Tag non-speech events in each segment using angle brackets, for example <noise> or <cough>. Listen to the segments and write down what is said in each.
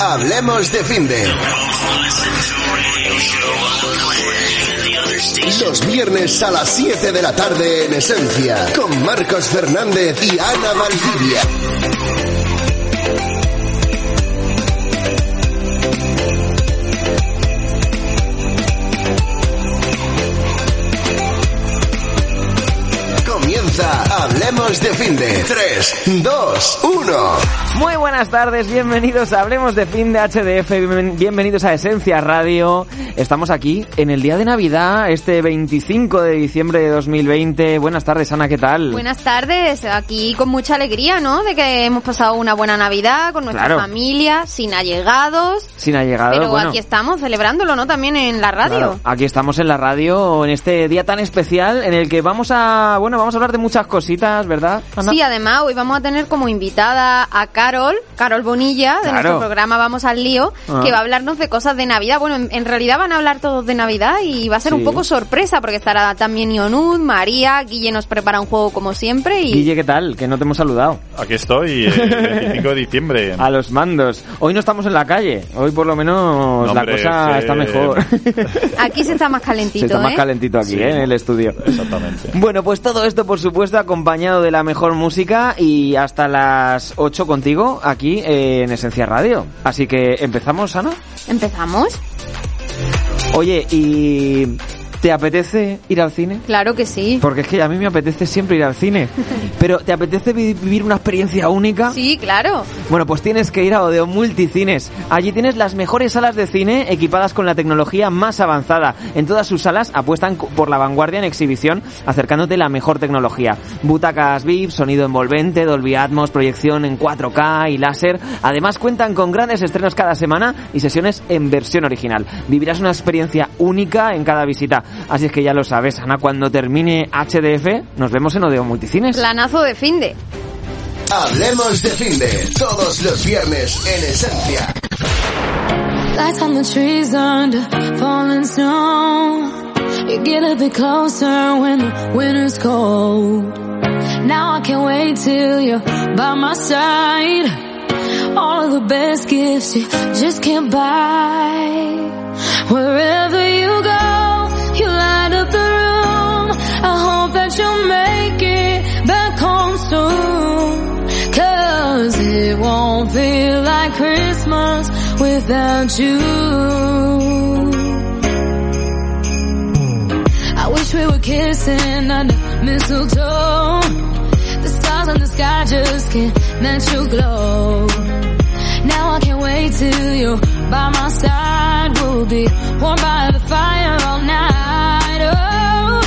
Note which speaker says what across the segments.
Speaker 1: Hablemos de Finde. Los viernes a las 7 de la tarde en Esencia, con Marcos Fernández y Ana Valdivia. Comienza Hablemos de Finde. 3, 2, 1.
Speaker 2: Muy buenas tardes, bienvenidos a Hablemos de Fin de HDF, bien- bienvenidos a Esencia Radio. Estamos aquí en el día de Navidad, este 25 de diciembre de 2020. Buenas tardes, Ana, ¿qué tal?
Speaker 3: Buenas tardes, aquí con mucha alegría, ¿no? De que hemos pasado una buena Navidad con nuestra
Speaker 2: Claro.
Speaker 3: familia, sin allegados,
Speaker 2: Sin ha llegado,
Speaker 3: pero
Speaker 2: bueno,
Speaker 3: aquí estamos celebrándolo, ¿no? También en la radio.
Speaker 2: claro, aquí estamos en la radio en este día tan especial en el que vamos a, bueno, vamos a hablar de muchas cositas, ¿verdad? Ana?
Speaker 3: Sí, además hoy vamos a tener como invitada a Carol, Carol Bonilla, de
Speaker 2: Claro.
Speaker 3: nuestro programa Vamos al Lío,
Speaker 2: Ah.
Speaker 3: que va a hablarnos de cosas de Navidad. Bueno, en, en realidad van a hablar todos de Navidad y va a ser
Speaker 2: Sí.
Speaker 3: un poco sorpresa porque estará también Ionud, María, Guille nos prepara un juego como siempre y...
Speaker 2: Guille, ¿qué tal? Que no te hemos saludado.
Speaker 4: Aquí estoy, eh, 25 de diciembre.
Speaker 2: A los mandos. Hoy no estamos en la calle. Hoy por lo menos
Speaker 4: No,
Speaker 2: la
Speaker 4: hombre, eh, <laughs>
Speaker 2: cosa
Speaker 4: sí.
Speaker 2: está mejor.
Speaker 3: Aquí se está más calentito,
Speaker 2: Se está más
Speaker 3: ¿eh?
Speaker 2: calentito aquí,
Speaker 4: Sí.
Speaker 2: ¿eh? en el estudio.
Speaker 4: Exactamente.
Speaker 2: Bueno, pues todo esto, por supuesto, acompañado de la mejor música y hasta las 8 contigo aquí eh, en Esencia Radio. Así que empezamos, Ana.
Speaker 3: ¿Empezamos?
Speaker 2: Oye, ¿y te apetece ir al cine?
Speaker 3: Claro que sí.
Speaker 2: Porque es que a mí me apetece siempre ir al cine. Pero ¿te apetece vi- vivir una experiencia única?
Speaker 3: Sí, claro.
Speaker 2: Bueno, pues tienes que ir a Odeo Multicines. Allí tienes las mejores salas de cine equipadas con la tecnología más avanzada. En todas sus salas apuestan cu- por la vanguardia en exhibición, acercándote la mejor tecnología. Butacas VIP, sonido envolvente, Dolby Atmos, proyección en 4K y láser. Además cuentan con grandes estrenos cada semana y sesiones en versión original. Vivirás una experiencia única en cada visita. Así es que ya lo sabes, Ana, cuando termine HDF, nos vemos en Odeo Multicines.
Speaker 3: Planazo de finde.
Speaker 1: Hablemos de Finde. Todos los viernes en Esencia.
Speaker 5: Lights on the trees under falling snow. You get a bit closer when the winter's cold. Now I can't wait till you're by my side. All of the best gifts you just can't buy. Wherever you go, you light up the room. I hope that you'll make it back home soon. Cause it won't feel like Christmas without you. I wish we were kissing under mistletoe. The stars in the sky just can't match your glow. Now I can't wait till you're by my side. We'll be warm by the fire all night. Oh,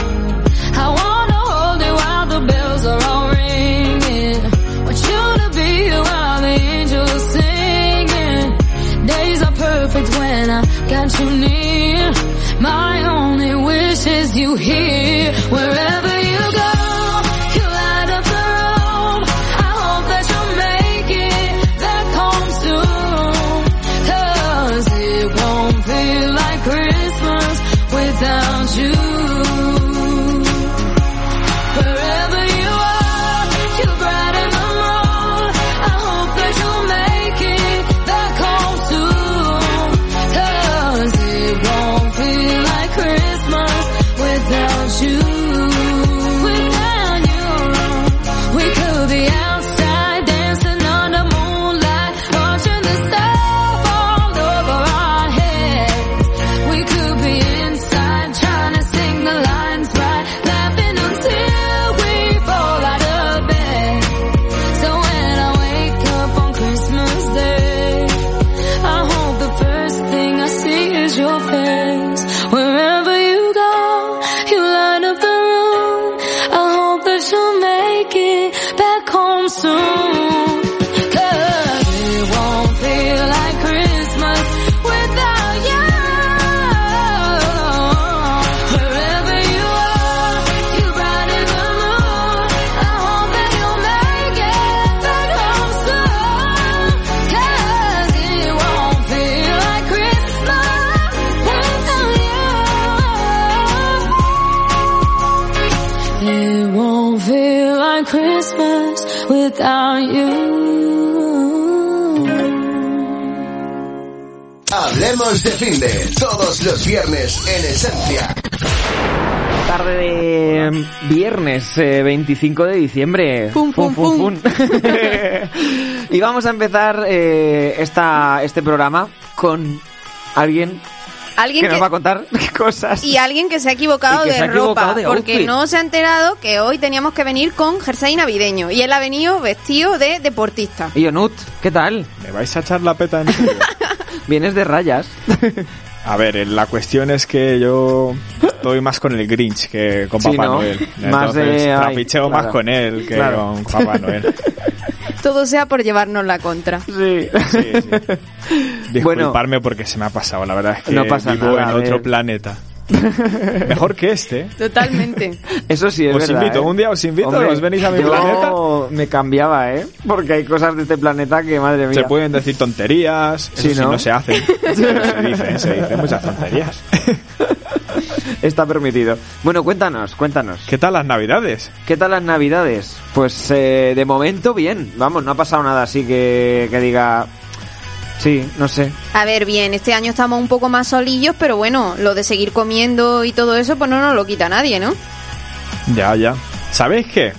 Speaker 5: I wanna hold you while the bells are all ringing. Want you to be here while the angels singing. Days are perfect when I got you near. My only wish is you here wherever you go. You light up the room. I hope that you'll make it back home soon. Cause it won't feel like Christmas without you. Wherever you are, you brighten the road. I hope that you'll make it back home soon. 'Cause it won't feel like Christmas without you. Without you, we could be outside dancing on the moonlight, watching the stars fall over our heads. We could be inside trying to sing the lines right, laughing until we fall out of bed. So when I wake up on Christmas Day, I hope the first thing I see is your face. Wherever you go, you light up the room. I hope that you'll make it back home soon. 'Cause it won't feel like Christmas without you. Wherever you are, you brighten the mood. I hope that you'll make it back home soon. 'Cause it won't feel like Christmas without you. It won't feel like Christmas without you.
Speaker 1: Hablemos de Finde, todos los viernes en Esencia.
Speaker 2: Tarde de eh, viernes eh, 25 de diciembre.
Speaker 3: Fum, fum,
Speaker 2: fum. <laughs> y vamos a empezar eh, esta, este programa con alguien
Speaker 3: Alguien
Speaker 2: que
Speaker 3: que,
Speaker 2: nos va a contar <laughs> cosas.
Speaker 3: y alguien que se ha equivocado
Speaker 2: Y que
Speaker 3: de
Speaker 2: se ha equivocado
Speaker 3: ropa,
Speaker 2: de
Speaker 3: porque
Speaker 2: outfit.
Speaker 3: no se ha enterado que hoy teníamos que venir con jersey navideño y él ha venido vestido de deportista.
Speaker 2: Y Onut, ¿qué tal?
Speaker 6: ¿Me vais a echar la peta en serio?
Speaker 2: <laughs> Vienes de rayas.
Speaker 6: <laughs> A ver, eh, la cuestión es que yo estoy más con el Grinch que con
Speaker 2: Sí,
Speaker 6: Papá
Speaker 2: ¿no?
Speaker 6: Noel.
Speaker 2: <laughs> Más de-
Speaker 6: Entonces,
Speaker 2: ay,
Speaker 6: trapicheo
Speaker 2: claro.
Speaker 6: más con él que
Speaker 2: Claro.
Speaker 6: con
Speaker 2: <laughs>
Speaker 6: Papá Noel.
Speaker 3: Todo sea por llevarnos la contra.
Speaker 2: Sí.
Speaker 6: Sí, sí.
Speaker 2: Bueno.
Speaker 6: Disculparme porque se me ha pasado, la verdad es que
Speaker 2: No pasa
Speaker 6: vivo
Speaker 2: nada, a
Speaker 6: en otro
Speaker 2: ver. <laughs>
Speaker 6: planeta. Mejor que este.
Speaker 3: Totalmente.
Speaker 2: Eso sí, es
Speaker 6: Os
Speaker 2: verdad,
Speaker 6: invito,
Speaker 2: ¿eh?
Speaker 6: un día os invito,
Speaker 2: Hombre,
Speaker 6: os venís a mi
Speaker 2: yo
Speaker 6: planeta.
Speaker 2: me cambiaba, ¿eh? Porque hay cosas de este planeta que, madre mía.
Speaker 6: Se pueden decir tonterías, eso
Speaker 2: Sí,
Speaker 6: sí,
Speaker 2: ¿no?
Speaker 6: ¿no?
Speaker 2: <laughs>
Speaker 6: se hacen. Pero se dicen, se dicen muchas tonterías.
Speaker 2: Está permitido. Bueno, cuéntanos, cuéntanos.
Speaker 6: ¿Qué tal las navidades?
Speaker 2: ¿Qué tal las navidades? Pues eh, de momento bien, vamos, no ha pasado nada así que, que diga... Sí, no sé.
Speaker 3: A ver, bien, este año estamos un poco más solillos, pero bueno, lo de seguir comiendo y todo eso, pues no nos lo quita nadie, ¿no?
Speaker 6: Ya, ya. ¿Sabéis qué?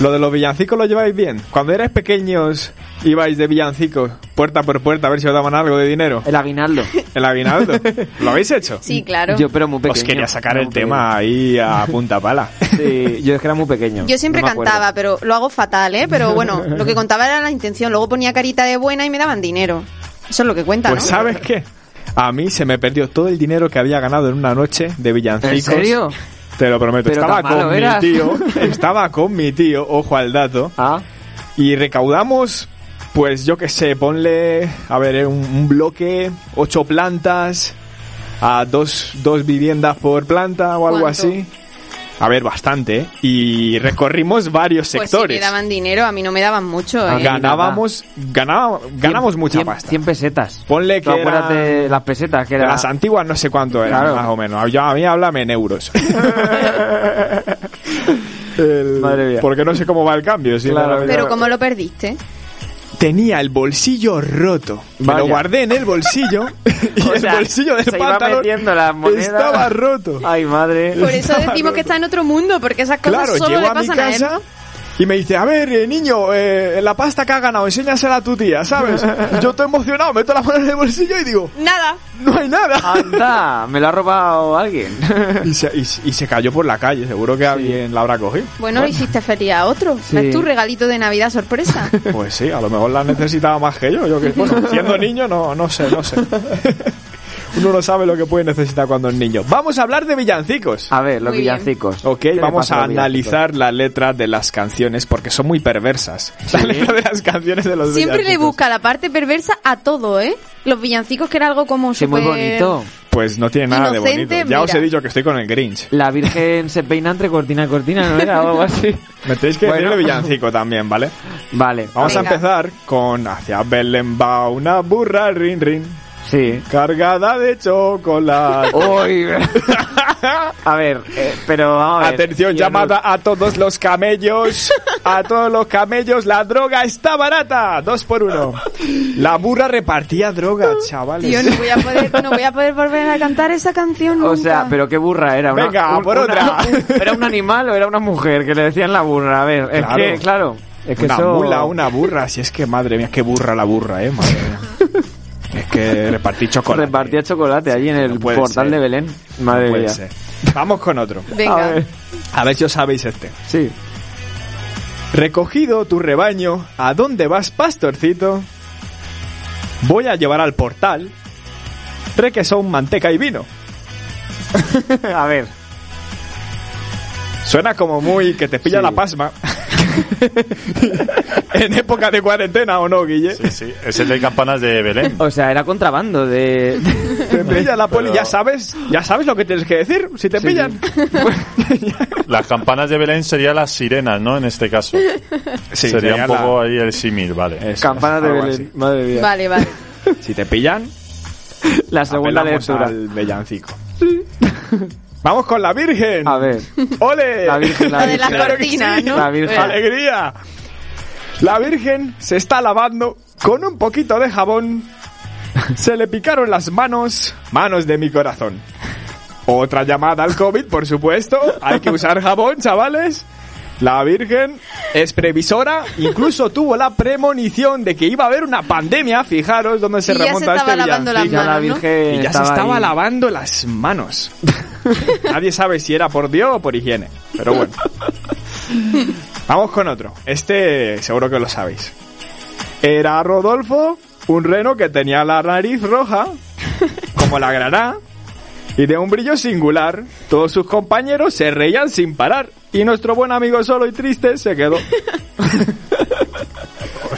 Speaker 6: Lo de los villancicos lo lleváis bien. Cuando erais pequeños ibais de villancicos puerta por puerta a ver si os daban algo de dinero.
Speaker 2: El aguinaldo.
Speaker 6: El aguinaldo. ¿Lo habéis hecho?
Speaker 3: Sí, claro.
Speaker 2: Yo, pero muy pequeño.
Speaker 6: Os quería sacar
Speaker 2: Era
Speaker 6: el
Speaker 2: muy
Speaker 6: tema ahí a punta pala.
Speaker 2: pequeño. Sí, yo es que era muy pequeño.
Speaker 3: Yo siempre
Speaker 2: no me acuerdo.
Speaker 3: cantaba, pero lo hago fatal, ¿eh? Pero bueno, lo
Speaker 2: <laughs>
Speaker 3: que contaba era la intención. Luego ponía carita de buena y me daban dinero. Eso es lo que cuenta,
Speaker 6: Pues
Speaker 3: ¿no?
Speaker 6: ¿sabes qué? A mí se me perdió todo el dinero que había ganado en una noche de villancicos.
Speaker 2: ¿En serio?
Speaker 6: Te lo prometo.
Speaker 2: Pero
Speaker 6: estaba
Speaker 2: tan malo
Speaker 6: con mi
Speaker 2: eras.
Speaker 6: tío. Estaba con mi tío, ojo al dato.
Speaker 2: Ah,
Speaker 6: Y recaudamos, pues yo qué sé, ponle, a ver, eh, un, un bloque, ocho plantas, a dos, dos viviendas por planta o algo
Speaker 3: ¿Cuánto?
Speaker 6: así. A ver, bastante. ¿eh? Y recorrimos varios
Speaker 3: Pues sí
Speaker 6: sectores.
Speaker 3: me daban dinero, a mí no me daban mucho,
Speaker 2: Ah,
Speaker 3: ¿eh?
Speaker 2: claro.
Speaker 6: ganábamos, ganábamos, ganamos mucha
Speaker 2: 100
Speaker 6: pasta.
Speaker 2: 100 pesetas.
Speaker 6: Ponle
Speaker 2: ¿Tú
Speaker 6: que
Speaker 2: acuerdas
Speaker 6: eran-
Speaker 2: de las pesetas que
Speaker 6: De
Speaker 2: era
Speaker 6: Las antiguas no sé cuánto eran,
Speaker 2: Claro.
Speaker 6: más o menos. Yo, a mí háblame
Speaker 2: <laughs>
Speaker 6: en euros. El-
Speaker 2: Madre mía.
Speaker 6: Porque no sé cómo va el cambio. si
Speaker 2: Claro,
Speaker 6: no, no-
Speaker 3: Pero ¿cómo lo perdiste?
Speaker 6: tenía el bolsillo roto. Me
Speaker 2: Vaya.
Speaker 6: lo guardé en
Speaker 2: <laughs>
Speaker 6: el bolsillo y
Speaker 2: O
Speaker 6: el
Speaker 2: sea,
Speaker 6: bolsillo del
Speaker 2: se iba
Speaker 6: pantalón
Speaker 2: metiendo la moneda.
Speaker 6: estaba roto.
Speaker 2: Ay, madre.
Speaker 3: Por eso decimos que está en otro mundo, porque esas cosas
Speaker 6: Claro,
Speaker 3: solo
Speaker 6: llego
Speaker 3: le
Speaker 6: a mi
Speaker 3: pasan a, él.
Speaker 6: casa y me dice, a ver, eh, niño, eh, la pasta que ha ganado, enséñasela a tu
Speaker 2: <laughs>
Speaker 6: tía, ¿sabes? Yo estoy emocionado, meto la mano en el bolsillo y digo,
Speaker 3: Nada.
Speaker 6: no hay nada.
Speaker 2: Anda, me lo ha robado alguien.
Speaker 6: <laughs> Y se, y- y se cayó por la calle, seguro que alguien la habrá cogido.
Speaker 3: Bueno, lo hiciste feliz a otro.
Speaker 2: Sí.
Speaker 3: Es tu regalito de Navidad sorpresa.
Speaker 6: Pues sí, a lo mejor la necesitaba más que yo. yo que, bueno, siendo niño, no, no sé,
Speaker 2: <laughs>
Speaker 6: no sé. Uno no sabe lo que puede necesitar cuando es niño. Vamos a hablar de villancicos.
Speaker 2: A ver, los
Speaker 3: Muy bien.
Speaker 2: villancicos.
Speaker 6: Ok,
Speaker 2: ¿Qué le
Speaker 6: vamos
Speaker 2: pasa
Speaker 6: a
Speaker 2: los villancicos?
Speaker 6: analizar la letra de las canciones porque son muy perversas. La letra de las canciones de <laughs> los
Speaker 3: Siempre le
Speaker 6: villancicos.
Speaker 3: busca la parte perversa a todo, ¿eh? Los villancicos que era algo como
Speaker 2: Sí, muy
Speaker 3: súper-
Speaker 2: bonito.
Speaker 6: Pues no tiene nada de
Speaker 3: Inocente,
Speaker 6: bonito. Ya os he
Speaker 3: mira.
Speaker 6: dicho que estoy con el Grinch.
Speaker 2: La Virgen se peina entre cortina y cortina, ¿no era? O algo así.
Speaker 6: <laughs> Me tenéis que
Speaker 2: Bueno.
Speaker 6: decirle villancico también, ¿vale?
Speaker 2: Vale.
Speaker 6: Vamos
Speaker 3: Venga.
Speaker 6: a empezar con Hacia Belén va una burra rin rin
Speaker 2: Sí.
Speaker 6: cargada de
Speaker 2: <laughs>
Speaker 6: chocolate.
Speaker 2: Uy. A ver, eh, pero vamos a ver.
Speaker 6: Atención,
Speaker 2: Yo
Speaker 6: llamada a todos los camellos. A todos los camellos, la droga está barata. Dos por uno. La burra repartía droga, chavales.
Speaker 3: Tío, no voy, a poder, no voy a poder volver a cantar esa canción
Speaker 2: no-
Speaker 3: nunca.
Speaker 2: O sea, pero qué burra era. Una-
Speaker 6: Venga, pues. por
Speaker 2: una-
Speaker 6: otra.
Speaker 2: ¿Era un animal o era una mujer que le decían la burra? A ver, es
Speaker 6: Claro.
Speaker 2: que, claro. Es que
Speaker 6: una
Speaker 2: eso...
Speaker 6: mula, una burra. Si
Speaker 2: <laughs>
Speaker 6: es que, madre mía, qué burra la burra, eh, madre mía. Es que repartí chocolate.
Speaker 2: Repartía chocolate allí en el
Speaker 6: no puede
Speaker 2: portal
Speaker 6: ser.
Speaker 2: de Belén.
Speaker 6: No
Speaker 2: Madre
Speaker 6: puede
Speaker 2: mía.
Speaker 6: ser. Vamos con otro.
Speaker 2: A
Speaker 3: Venga.
Speaker 2: ver,
Speaker 6: A ver si os sabéis este.
Speaker 2: sí.
Speaker 6: Recogido tu rebaño, ¿a dónde vas, pastorcito? Voy a llevar al portal. Requesón, manteca y vino.
Speaker 2: <laughs> A ver.
Speaker 6: Suena como muy que te pilla
Speaker 2: Sí.
Speaker 6: la
Speaker 2: <laughs>
Speaker 6: pasma. en época de cuarentena, ¿o no, Guille?
Speaker 4: Sí, sí, es el de campanas de Belén.
Speaker 2: O sea, era contrabando de...
Speaker 6: Te pilla la poli,
Speaker 4: Pero-
Speaker 6: ya sabes, ya sabes lo que tienes que decir si te
Speaker 4: <laughs>
Speaker 2: Sí,
Speaker 6: pillan.
Speaker 4: Las campanas de Belén serían las sirenas, ¿no? En este caso.
Speaker 6: Sí,
Speaker 4: sería
Speaker 6: sería
Speaker 4: un
Speaker 6: la-
Speaker 4: poco ahí el símil, vale.
Speaker 6: Eso,
Speaker 2: Campanas de
Speaker 6: algo
Speaker 2: Belén.
Speaker 6: así.
Speaker 2: Madre mía.
Speaker 3: <laughs>
Speaker 2: <laughs>
Speaker 3: Vale, vale.
Speaker 6: Si te pillan,
Speaker 2: La segunda
Speaker 6: apelamos
Speaker 2: lectura.
Speaker 6: al bellancico. <laughs> Vamos con la Virgen.
Speaker 2: A ver.
Speaker 6: ¡Ole!
Speaker 2: La Virgen, la
Speaker 3: Lo de las
Speaker 2: Virgen.
Speaker 6: Claro que
Speaker 3: cortinas,
Speaker 6: sí.
Speaker 3: ¿no?
Speaker 2: La Virgen.
Speaker 6: ¡Alegría! La Virgen se está lavando con un poquito de jabón Se le picaron las manos, manos de mi corazón. Otra llamada al COVID, por supuesto. Hay que usar jabón, chavales. La Virgen es previsora, incluso tuvo la premonición de que iba a haber una pandemia. Fijaros dónde se
Speaker 3: Y ya se
Speaker 6: remonta
Speaker 3: estaba
Speaker 6: este
Speaker 3: lavando las
Speaker 2: Ya
Speaker 6: villancico.
Speaker 2: la
Speaker 3: Mano, ¿no?
Speaker 2: Virgen
Speaker 6: Y ya se
Speaker 2: estaba
Speaker 6: estaba
Speaker 2: ahí.
Speaker 6: lavando las manos. <laughs> Nadie sabe si era por Dios o por higiene, pero bueno. Vamos con otro. Este seguro que lo sabéis. Era Rodolfo, un reno que tenía la nariz roja, como la granada, y de un brillo singular. Todos sus compañeros se reían sin parar, y nuestro buen amigo solo y triste se quedó. <laughs>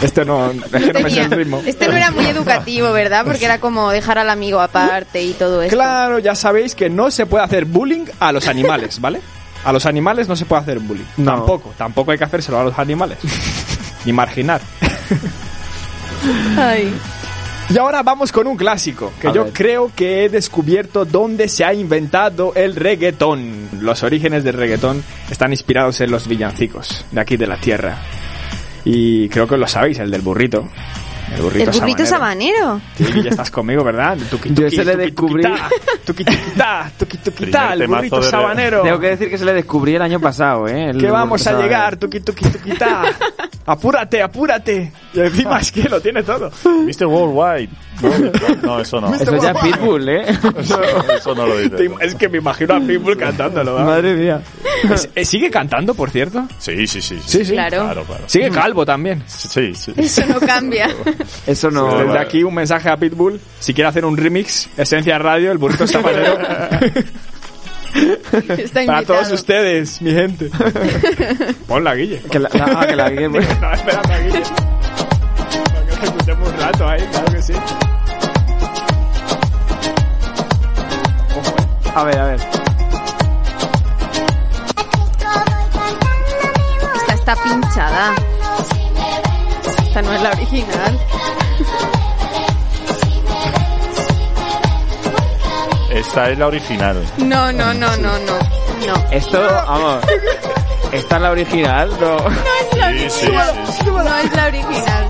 Speaker 6: Este no, es que no me sé
Speaker 3: Tenía-
Speaker 6: el ritmo.
Speaker 3: Este no era muy educativo, ¿verdad? Porque era como dejar al amigo aparte y todo eso.
Speaker 6: Claro, ya sabéis que no se puede hacer bullying a los
Speaker 2: <laughs>
Speaker 6: animales, ¿vale? A los animales no se puede hacer bullying.
Speaker 2: No.
Speaker 6: Tampoco, tampoco hay que hacérselo a
Speaker 2: <laughs>
Speaker 6: los animales. Ni marginar. <laughs> Y ahora vamos con un clásico, que
Speaker 2: A
Speaker 6: yo
Speaker 2: ver.
Speaker 6: creo que he descubierto dónde se ha inventado el reggaetón. Los orígenes del reggaetón están inspirados en los villancicos de aquí de la tierra. Y creo que lo sabéis, el del burrito. El burrito,
Speaker 3: El burrito sabanero.
Speaker 6: Sí, ya estás conmigo, ¿verdad? Tuki,
Speaker 2: <laughs> Yo
Speaker 6: tuki,
Speaker 2: ese le
Speaker 6: tuki,
Speaker 2: descubrí.
Speaker 6: tuquitá, Tuki, tuquitá, tuki, tuquitá,
Speaker 4: Primer
Speaker 6: el
Speaker 4: temazo
Speaker 6: burrito
Speaker 4: de-
Speaker 6: sabanero.
Speaker 2: Tengo que decir que se le descubrí el año pasado, ¿eh? El-
Speaker 6: Que vamos a llegar, tuki, tuki,
Speaker 2: <laughs>
Speaker 6: tuquitá. Apúrate, apúrate. Y encima es que lo tiene todo.
Speaker 4: Mr. Worldwide. No, eso no.
Speaker 2: Eso ya es Pitbull, ¿eh?
Speaker 4: Eso, eso no lo
Speaker 6: Te
Speaker 4: dices.
Speaker 6: im- Es que me imagino a Pitbull cantándolo. ¿verdad?
Speaker 2: Madre mía.
Speaker 6: Es- eh, ¿Sigue cantando, por cierto?
Speaker 4: Sí, sí, sí.
Speaker 6: Sí, sí.
Speaker 3: Claro.
Speaker 4: Claro, claro.
Speaker 6: Sigue calvo también.
Speaker 4: Sí, sí.
Speaker 3: Eso no cambia.
Speaker 2: Eso no.
Speaker 6: Desde
Speaker 4: vale.
Speaker 6: aquí un mensaje a Pitbull. Si quiere hacer un remix, Esencia Radio, el burrito
Speaker 3: <laughs>
Speaker 6: sabanero.
Speaker 3: Está
Speaker 6: para
Speaker 3: invitado.
Speaker 6: todos ustedes, mi
Speaker 3: <laughs>
Speaker 6: gente. Ponla, Guille.
Speaker 2: Que la, ah, que la- que-
Speaker 6: Estaba esperando a Guille. Para que lo escuchemos un rato ahí, claro que sí.
Speaker 2: A ver, a ver.
Speaker 3: Esta está pinchada. Esta no es la original.
Speaker 4: Esta es la original.
Speaker 3: No, no, no, no, no. No.
Speaker 2: Esto, vamos. Esta es la original, no.
Speaker 3: No
Speaker 4: Sí, sí, sí.
Speaker 3: es la original.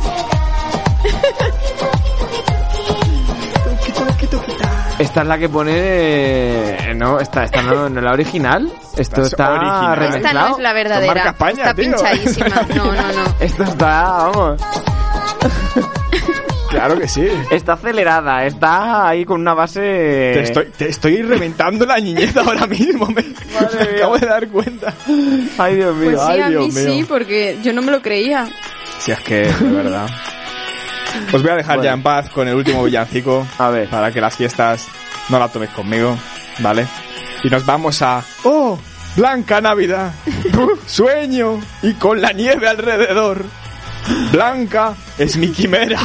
Speaker 2: Esta es la que pone. eh, No, esta, esta no, no es la original. Esto
Speaker 6: Esta es
Speaker 2: está
Speaker 6: original.
Speaker 3: Esta
Speaker 2: remezclado.
Speaker 3: no es la
Speaker 6: Son
Speaker 3: verdadera.
Speaker 6: marca España,
Speaker 3: está
Speaker 6: tío. <laughs>
Speaker 3: pinchadísima. No, no, no.
Speaker 2: <laughs> Esto está, vamos.
Speaker 6: Claro que sí.
Speaker 2: Está acelerada, está ahí con una base.
Speaker 6: Te estoy, te estoy reventando la niñez <laughs> ahora mismo. Me,
Speaker 2: Madre
Speaker 6: me
Speaker 2: mía.
Speaker 6: acabo de dar cuenta.
Speaker 2: Ay, Dios mío.
Speaker 3: Pues sí,
Speaker 2: ay,
Speaker 3: a
Speaker 2: Dios
Speaker 3: mí
Speaker 2: mío.
Speaker 3: sí, porque yo no me lo creía.
Speaker 6: Si es que, de verdad. Os voy a dejar ya en paz con el último villancico.
Speaker 2: A ver.
Speaker 6: Para que las fiestas no la toméis conmigo, ¿vale? Y nos vamos a... ¡Oh! Blanca
Speaker 2: <laughs>
Speaker 6: Navidad. Sueño y con la nieve alrededor. Blanca es mi quimera.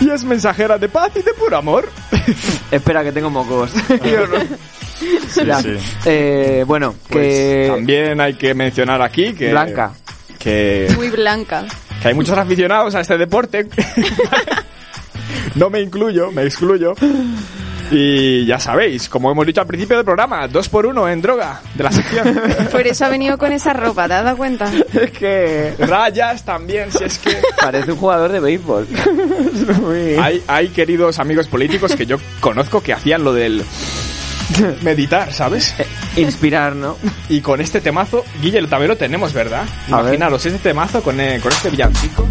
Speaker 6: y es mensajera de paz y de puro amor.
Speaker 2: Espera, que tengo mocos.
Speaker 4: Sí,
Speaker 2: Ya.
Speaker 4: sí.
Speaker 2: Eh, bueno,
Speaker 6: Pues
Speaker 2: que.
Speaker 6: también hay que mencionar aquí que...
Speaker 2: Blanca.
Speaker 6: Que
Speaker 3: Muy <laughs> blanca.
Speaker 6: que hay muchos aficionados a este deporte. no me incluyo, me excluyo. Y ya sabéis, como hemos dicho al principio del programa, dos por uno en droga de la sección.
Speaker 3: Por eso ha venido con esa ropa, ¿te has dado cuenta?
Speaker 2: Es que.
Speaker 6: Rayas también, si es que...
Speaker 2: <laughs> Parece un jugador de
Speaker 6: <laughs>
Speaker 2: béisbol. Es muy-
Speaker 6: Hay, hay queridos amigos políticos que yo conozco que hacían lo del meditar, ¿sabes?
Speaker 2: Eh, Inspirar, ¿no?
Speaker 6: Y con este temazo, Guille, también lo tenemos, ¿verdad?
Speaker 2: A ver.
Speaker 6: Imaginaros este temazo con, eh, con este villancico.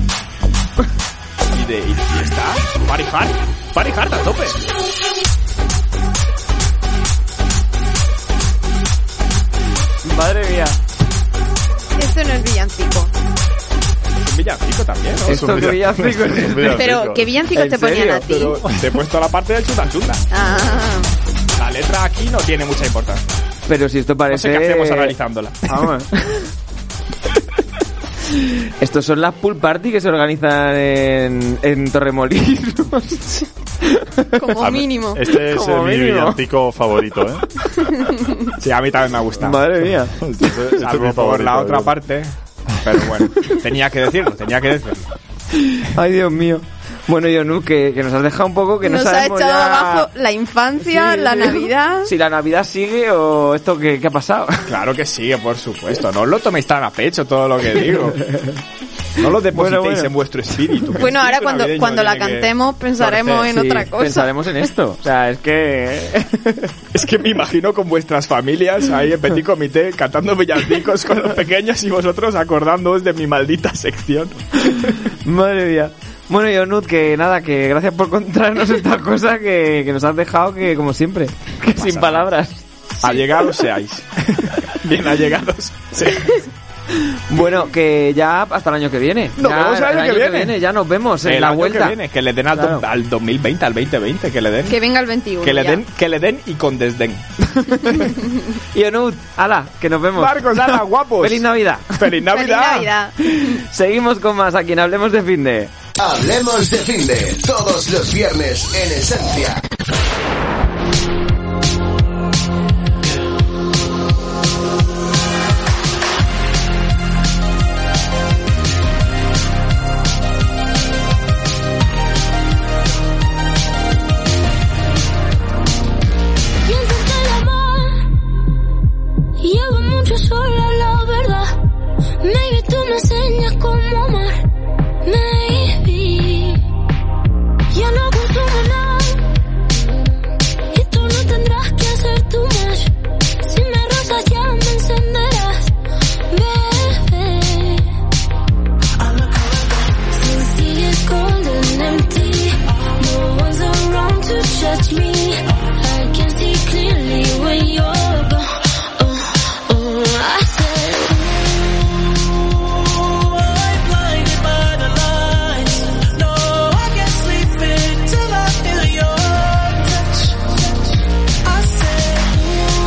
Speaker 6: Y, de, y, y está Party Hard, Party Hard a tope.
Speaker 2: Madre mía.
Speaker 3: Esto no es villancico.
Speaker 6: Un villancico también, ¿no?
Speaker 2: Esto que villancico es-
Speaker 4: Mira,
Speaker 3: Pero,
Speaker 4: rico.
Speaker 3: ¿qué villancicos
Speaker 2: ¿En
Speaker 3: te ponían a ti?
Speaker 6: Pero te he puesto la parte del chuta chuta.
Speaker 3: Ah,
Speaker 6: La letra aquí no tiene mucha importancia.
Speaker 2: Pero si esto
Speaker 6: No
Speaker 2: parece.
Speaker 6: sé qué hacemos analizándola.
Speaker 2: Vamos. <laughs> Estos son las pool party que se organizan en, en Torremolinos.
Speaker 3: como mínimo.
Speaker 4: Este es
Speaker 2: Como
Speaker 4: eh, mi
Speaker 2: mínimo.
Speaker 4: villancico favorito, ¿eh?
Speaker 6: <laughs> Sí, a mí también me ha gustado.
Speaker 2: Madre
Speaker 4: <laughs>
Speaker 2: mía.
Speaker 4: Este- este es mi
Speaker 6: Salvo por
Speaker 4: favorito,
Speaker 6: la otra
Speaker 4: yo.
Speaker 6: parte. Pero bueno, tenía que decirlo, tenía que decirlo.
Speaker 2: Ay, Dios mío. Bueno, Yonu, que, que nos has dejado un poco que
Speaker 3: Nos
Speaker 2: no
Speaker 3: ha
Speaker 2: sabemos
Speaker 3: echado
Speaker 2: ya-
Speaker 3: abajo la infancia,
Speaker 2: Sí,
Speaker 3: la
Speaker 2: sí.
Speaker 3: Navidad.
Speaker 2: Si la Navidad sigue o esto
Speaker 6: <laughs>
Speaker 2: que, que ha pasado.
Speaker 7: <laughs>
Speaker 6: Claro que sí, por supuesto. No os lo toméis tan a pecho todo lo que digo. No lo depositéis
Speaker 5: Bueno, bueno.
Speaker 6: en vuestro espíritu. que
Speaker 3: Bueno,
Speaker 6: el
Speaker 3: ahora
Speaker 6: espíritu
Speaker 3: cuando,
Speaker 6: navideño
Speaker 3: cuando la
Speaker 6: tiene que-
Speaker 3: cantemos pensaremos en
Speaker 5: Sí,
Speaker 3: otra cosa.
Speaker 5: Pensaremos en esto. O sea, es que.
Speaker 6: <laughs> Es que me imagino con vuestras familias ahí en Petit Comité cantando villancicos con los pequeños y vosotros acordándoos de mi maldita sección.
Speaker 2: Madre mía. Bueno, y Onut, que nada, que gracias por contarnos <laughs> esta cosa que, que nos has dejado, que como siempre, que sin palabras.
Speaker 6: Allegados
Speaker 2: <laughs>
Speaker 6: seáis. Bien allegados. seáis.
Speaker 2: Bueno, que ya hasta el año que viene.
Speaker 6: Nos
Speaker 2: Ya
Speaker 6: vemos el año que viene.
Speaker 2: Ya nos vemos en
Speaker 6: El
Speaker 2: la
Speaker 6: año
Speaker 2: vuelta.
Speaker 6: Que, viene, que le den al, do-
Speaker 2: Claro.
Speaker 6: al 2020, al 2020, que le den.
Speaker 3: Que venga el 21.
Speaker 6: Que le
Speaker 3: ya.
Speaker 6: den, que le den y con desdén.
Speaker 2: <laughs> Y Onut, ala, que nos vemos.
Speaker 6: Marcos,
Speaker 2: <laughs>
Speaker 6: ala, guapos.
Speaker 2: Feliz Navidad.
Speaker 6: ¡Feliz Navidad!
Speaker 3: Feliz Navidad.
Speaker 2: Seguimos con más a quien hablemos de fin de.
Speaker 1: Hablemos de Finde, todos los viernes en Esencia.
Speaker 8: Piensas que el amor lleva mucho sola, la verdad. Maybe tú me enseñas cómo amar. Maybe yo no consumo nada y tú no tendrás que hacer tu más. Si me rozas ya me encenderás, bebé. Sincerity is cold and empty. No one's around to judge me. I can see clearly when you're gone. Oh, oh, I said.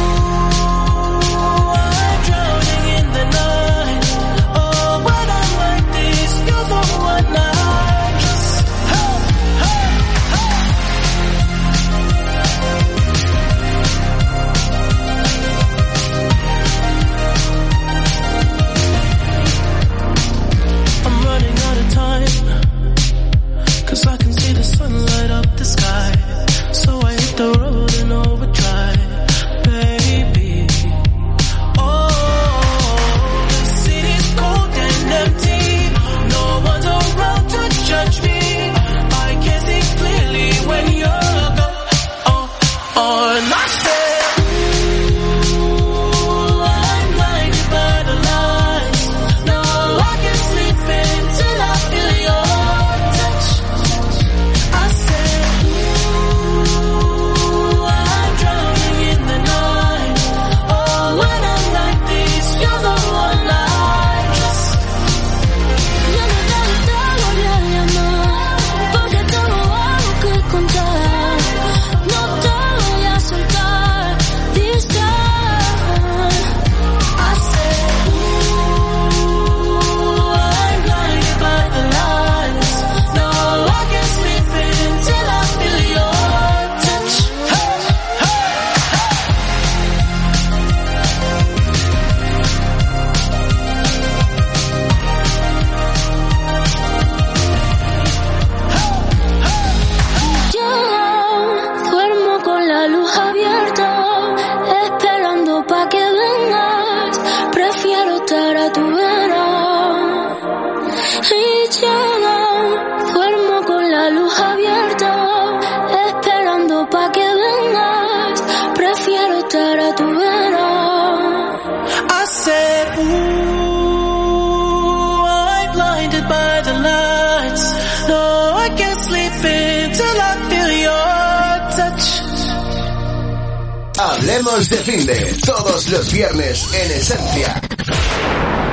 Speaker 9: Oh, I'm running out of time. Cause I can see the sunlight up the sky. So I hit the road and overdrive, baby. Oh, the city's cold and empty. No one's around to judge me. I can see clearly when you're gone. Oh, oh, and I said. I'm blinded by the lights. No, I can sleep until I feel your touch. I said, Ooh, I'm drowning in the night. Oh, when I'm like this, you're the one I trust.
Speaker 8: Ya no te debo volver a llamar, porque tengo algo que contar. No te voy a soltar, this time.
Speaker 9: I said, Ooh, I'm blinded by the lights. No, I can sleep until I feel your touch.
Speaker 8: Yo duermo con la luz abierta, esperando pa' que vengas. Prefiero estar a tu vera. Y yo duermo con la luz abierta, esperando pa' que vengas. Prefiero estar a tu vera.
Speaker 9: I said, Ooh, I'm blinded by the lights. No, I can't sleep until I feel your touch.
Speaker 1: Hablemos de Finde, todos los viernes en Esencia.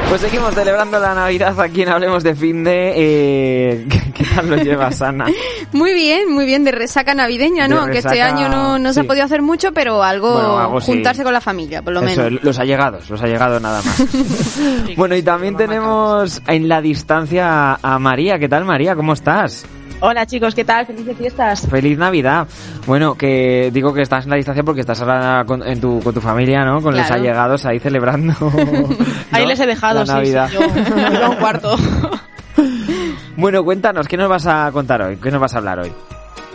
Speaker 2: Pues seguimos celebrando la Navidad aquí en Hablemos de fin de. Eh, <laughs> ¿qué, qué tal lo llevas, Ana?
Speaker 3: Muy bien, muy bien, de resaca navideña, ¿no?
Speaker 2: De
Speaker 3: Aunque este
Speaker 2: resaca,
Speaker 3: año no, no se
Speaker 2: sí.
Speaker 3: ha podido hacer mucho, pero algo,
Speaker 2: Bueno, algo sí.
Speaker 3: juntarse con la familia, por <laughs> lo
Speaker 2: Eso,
Speaker 3: menos.
Speaker 2: los allegados, los allegados nada
Speaker 3: <laughs>
Speaker 2: más. <laughs> bueno, y también tenemos en la distancia a María. ¿Qué tal, María? ¿Cómo estás?
Speaker 10: Hola chicos, ¿qué tal? Felices fiestas.
Speaker 2: Feliz Navidad. Bueno, que digo que estás en la distancia porque estás ahora con, en tu, con tu familia, ¿no? Con los
Speaker 3: Claro.
Speaker 2: allegados ahí
Speaker 3: <laughs>
Speaker 2: celebrando.
Speaker 10: Ahí
Speaker 2: ¿no?
Speaker 10: les he dejado,
Speaker 2: la
Speaker 10: sí,
Speaker 2: Navidad.
Speaker 10: sí, yo me iba a un <laughs> cuarto.
Speaker 2: Bueno, cuéntanos, ¿qué nos vas a contar hoy? ¿Qué nos vas a hablar hoy?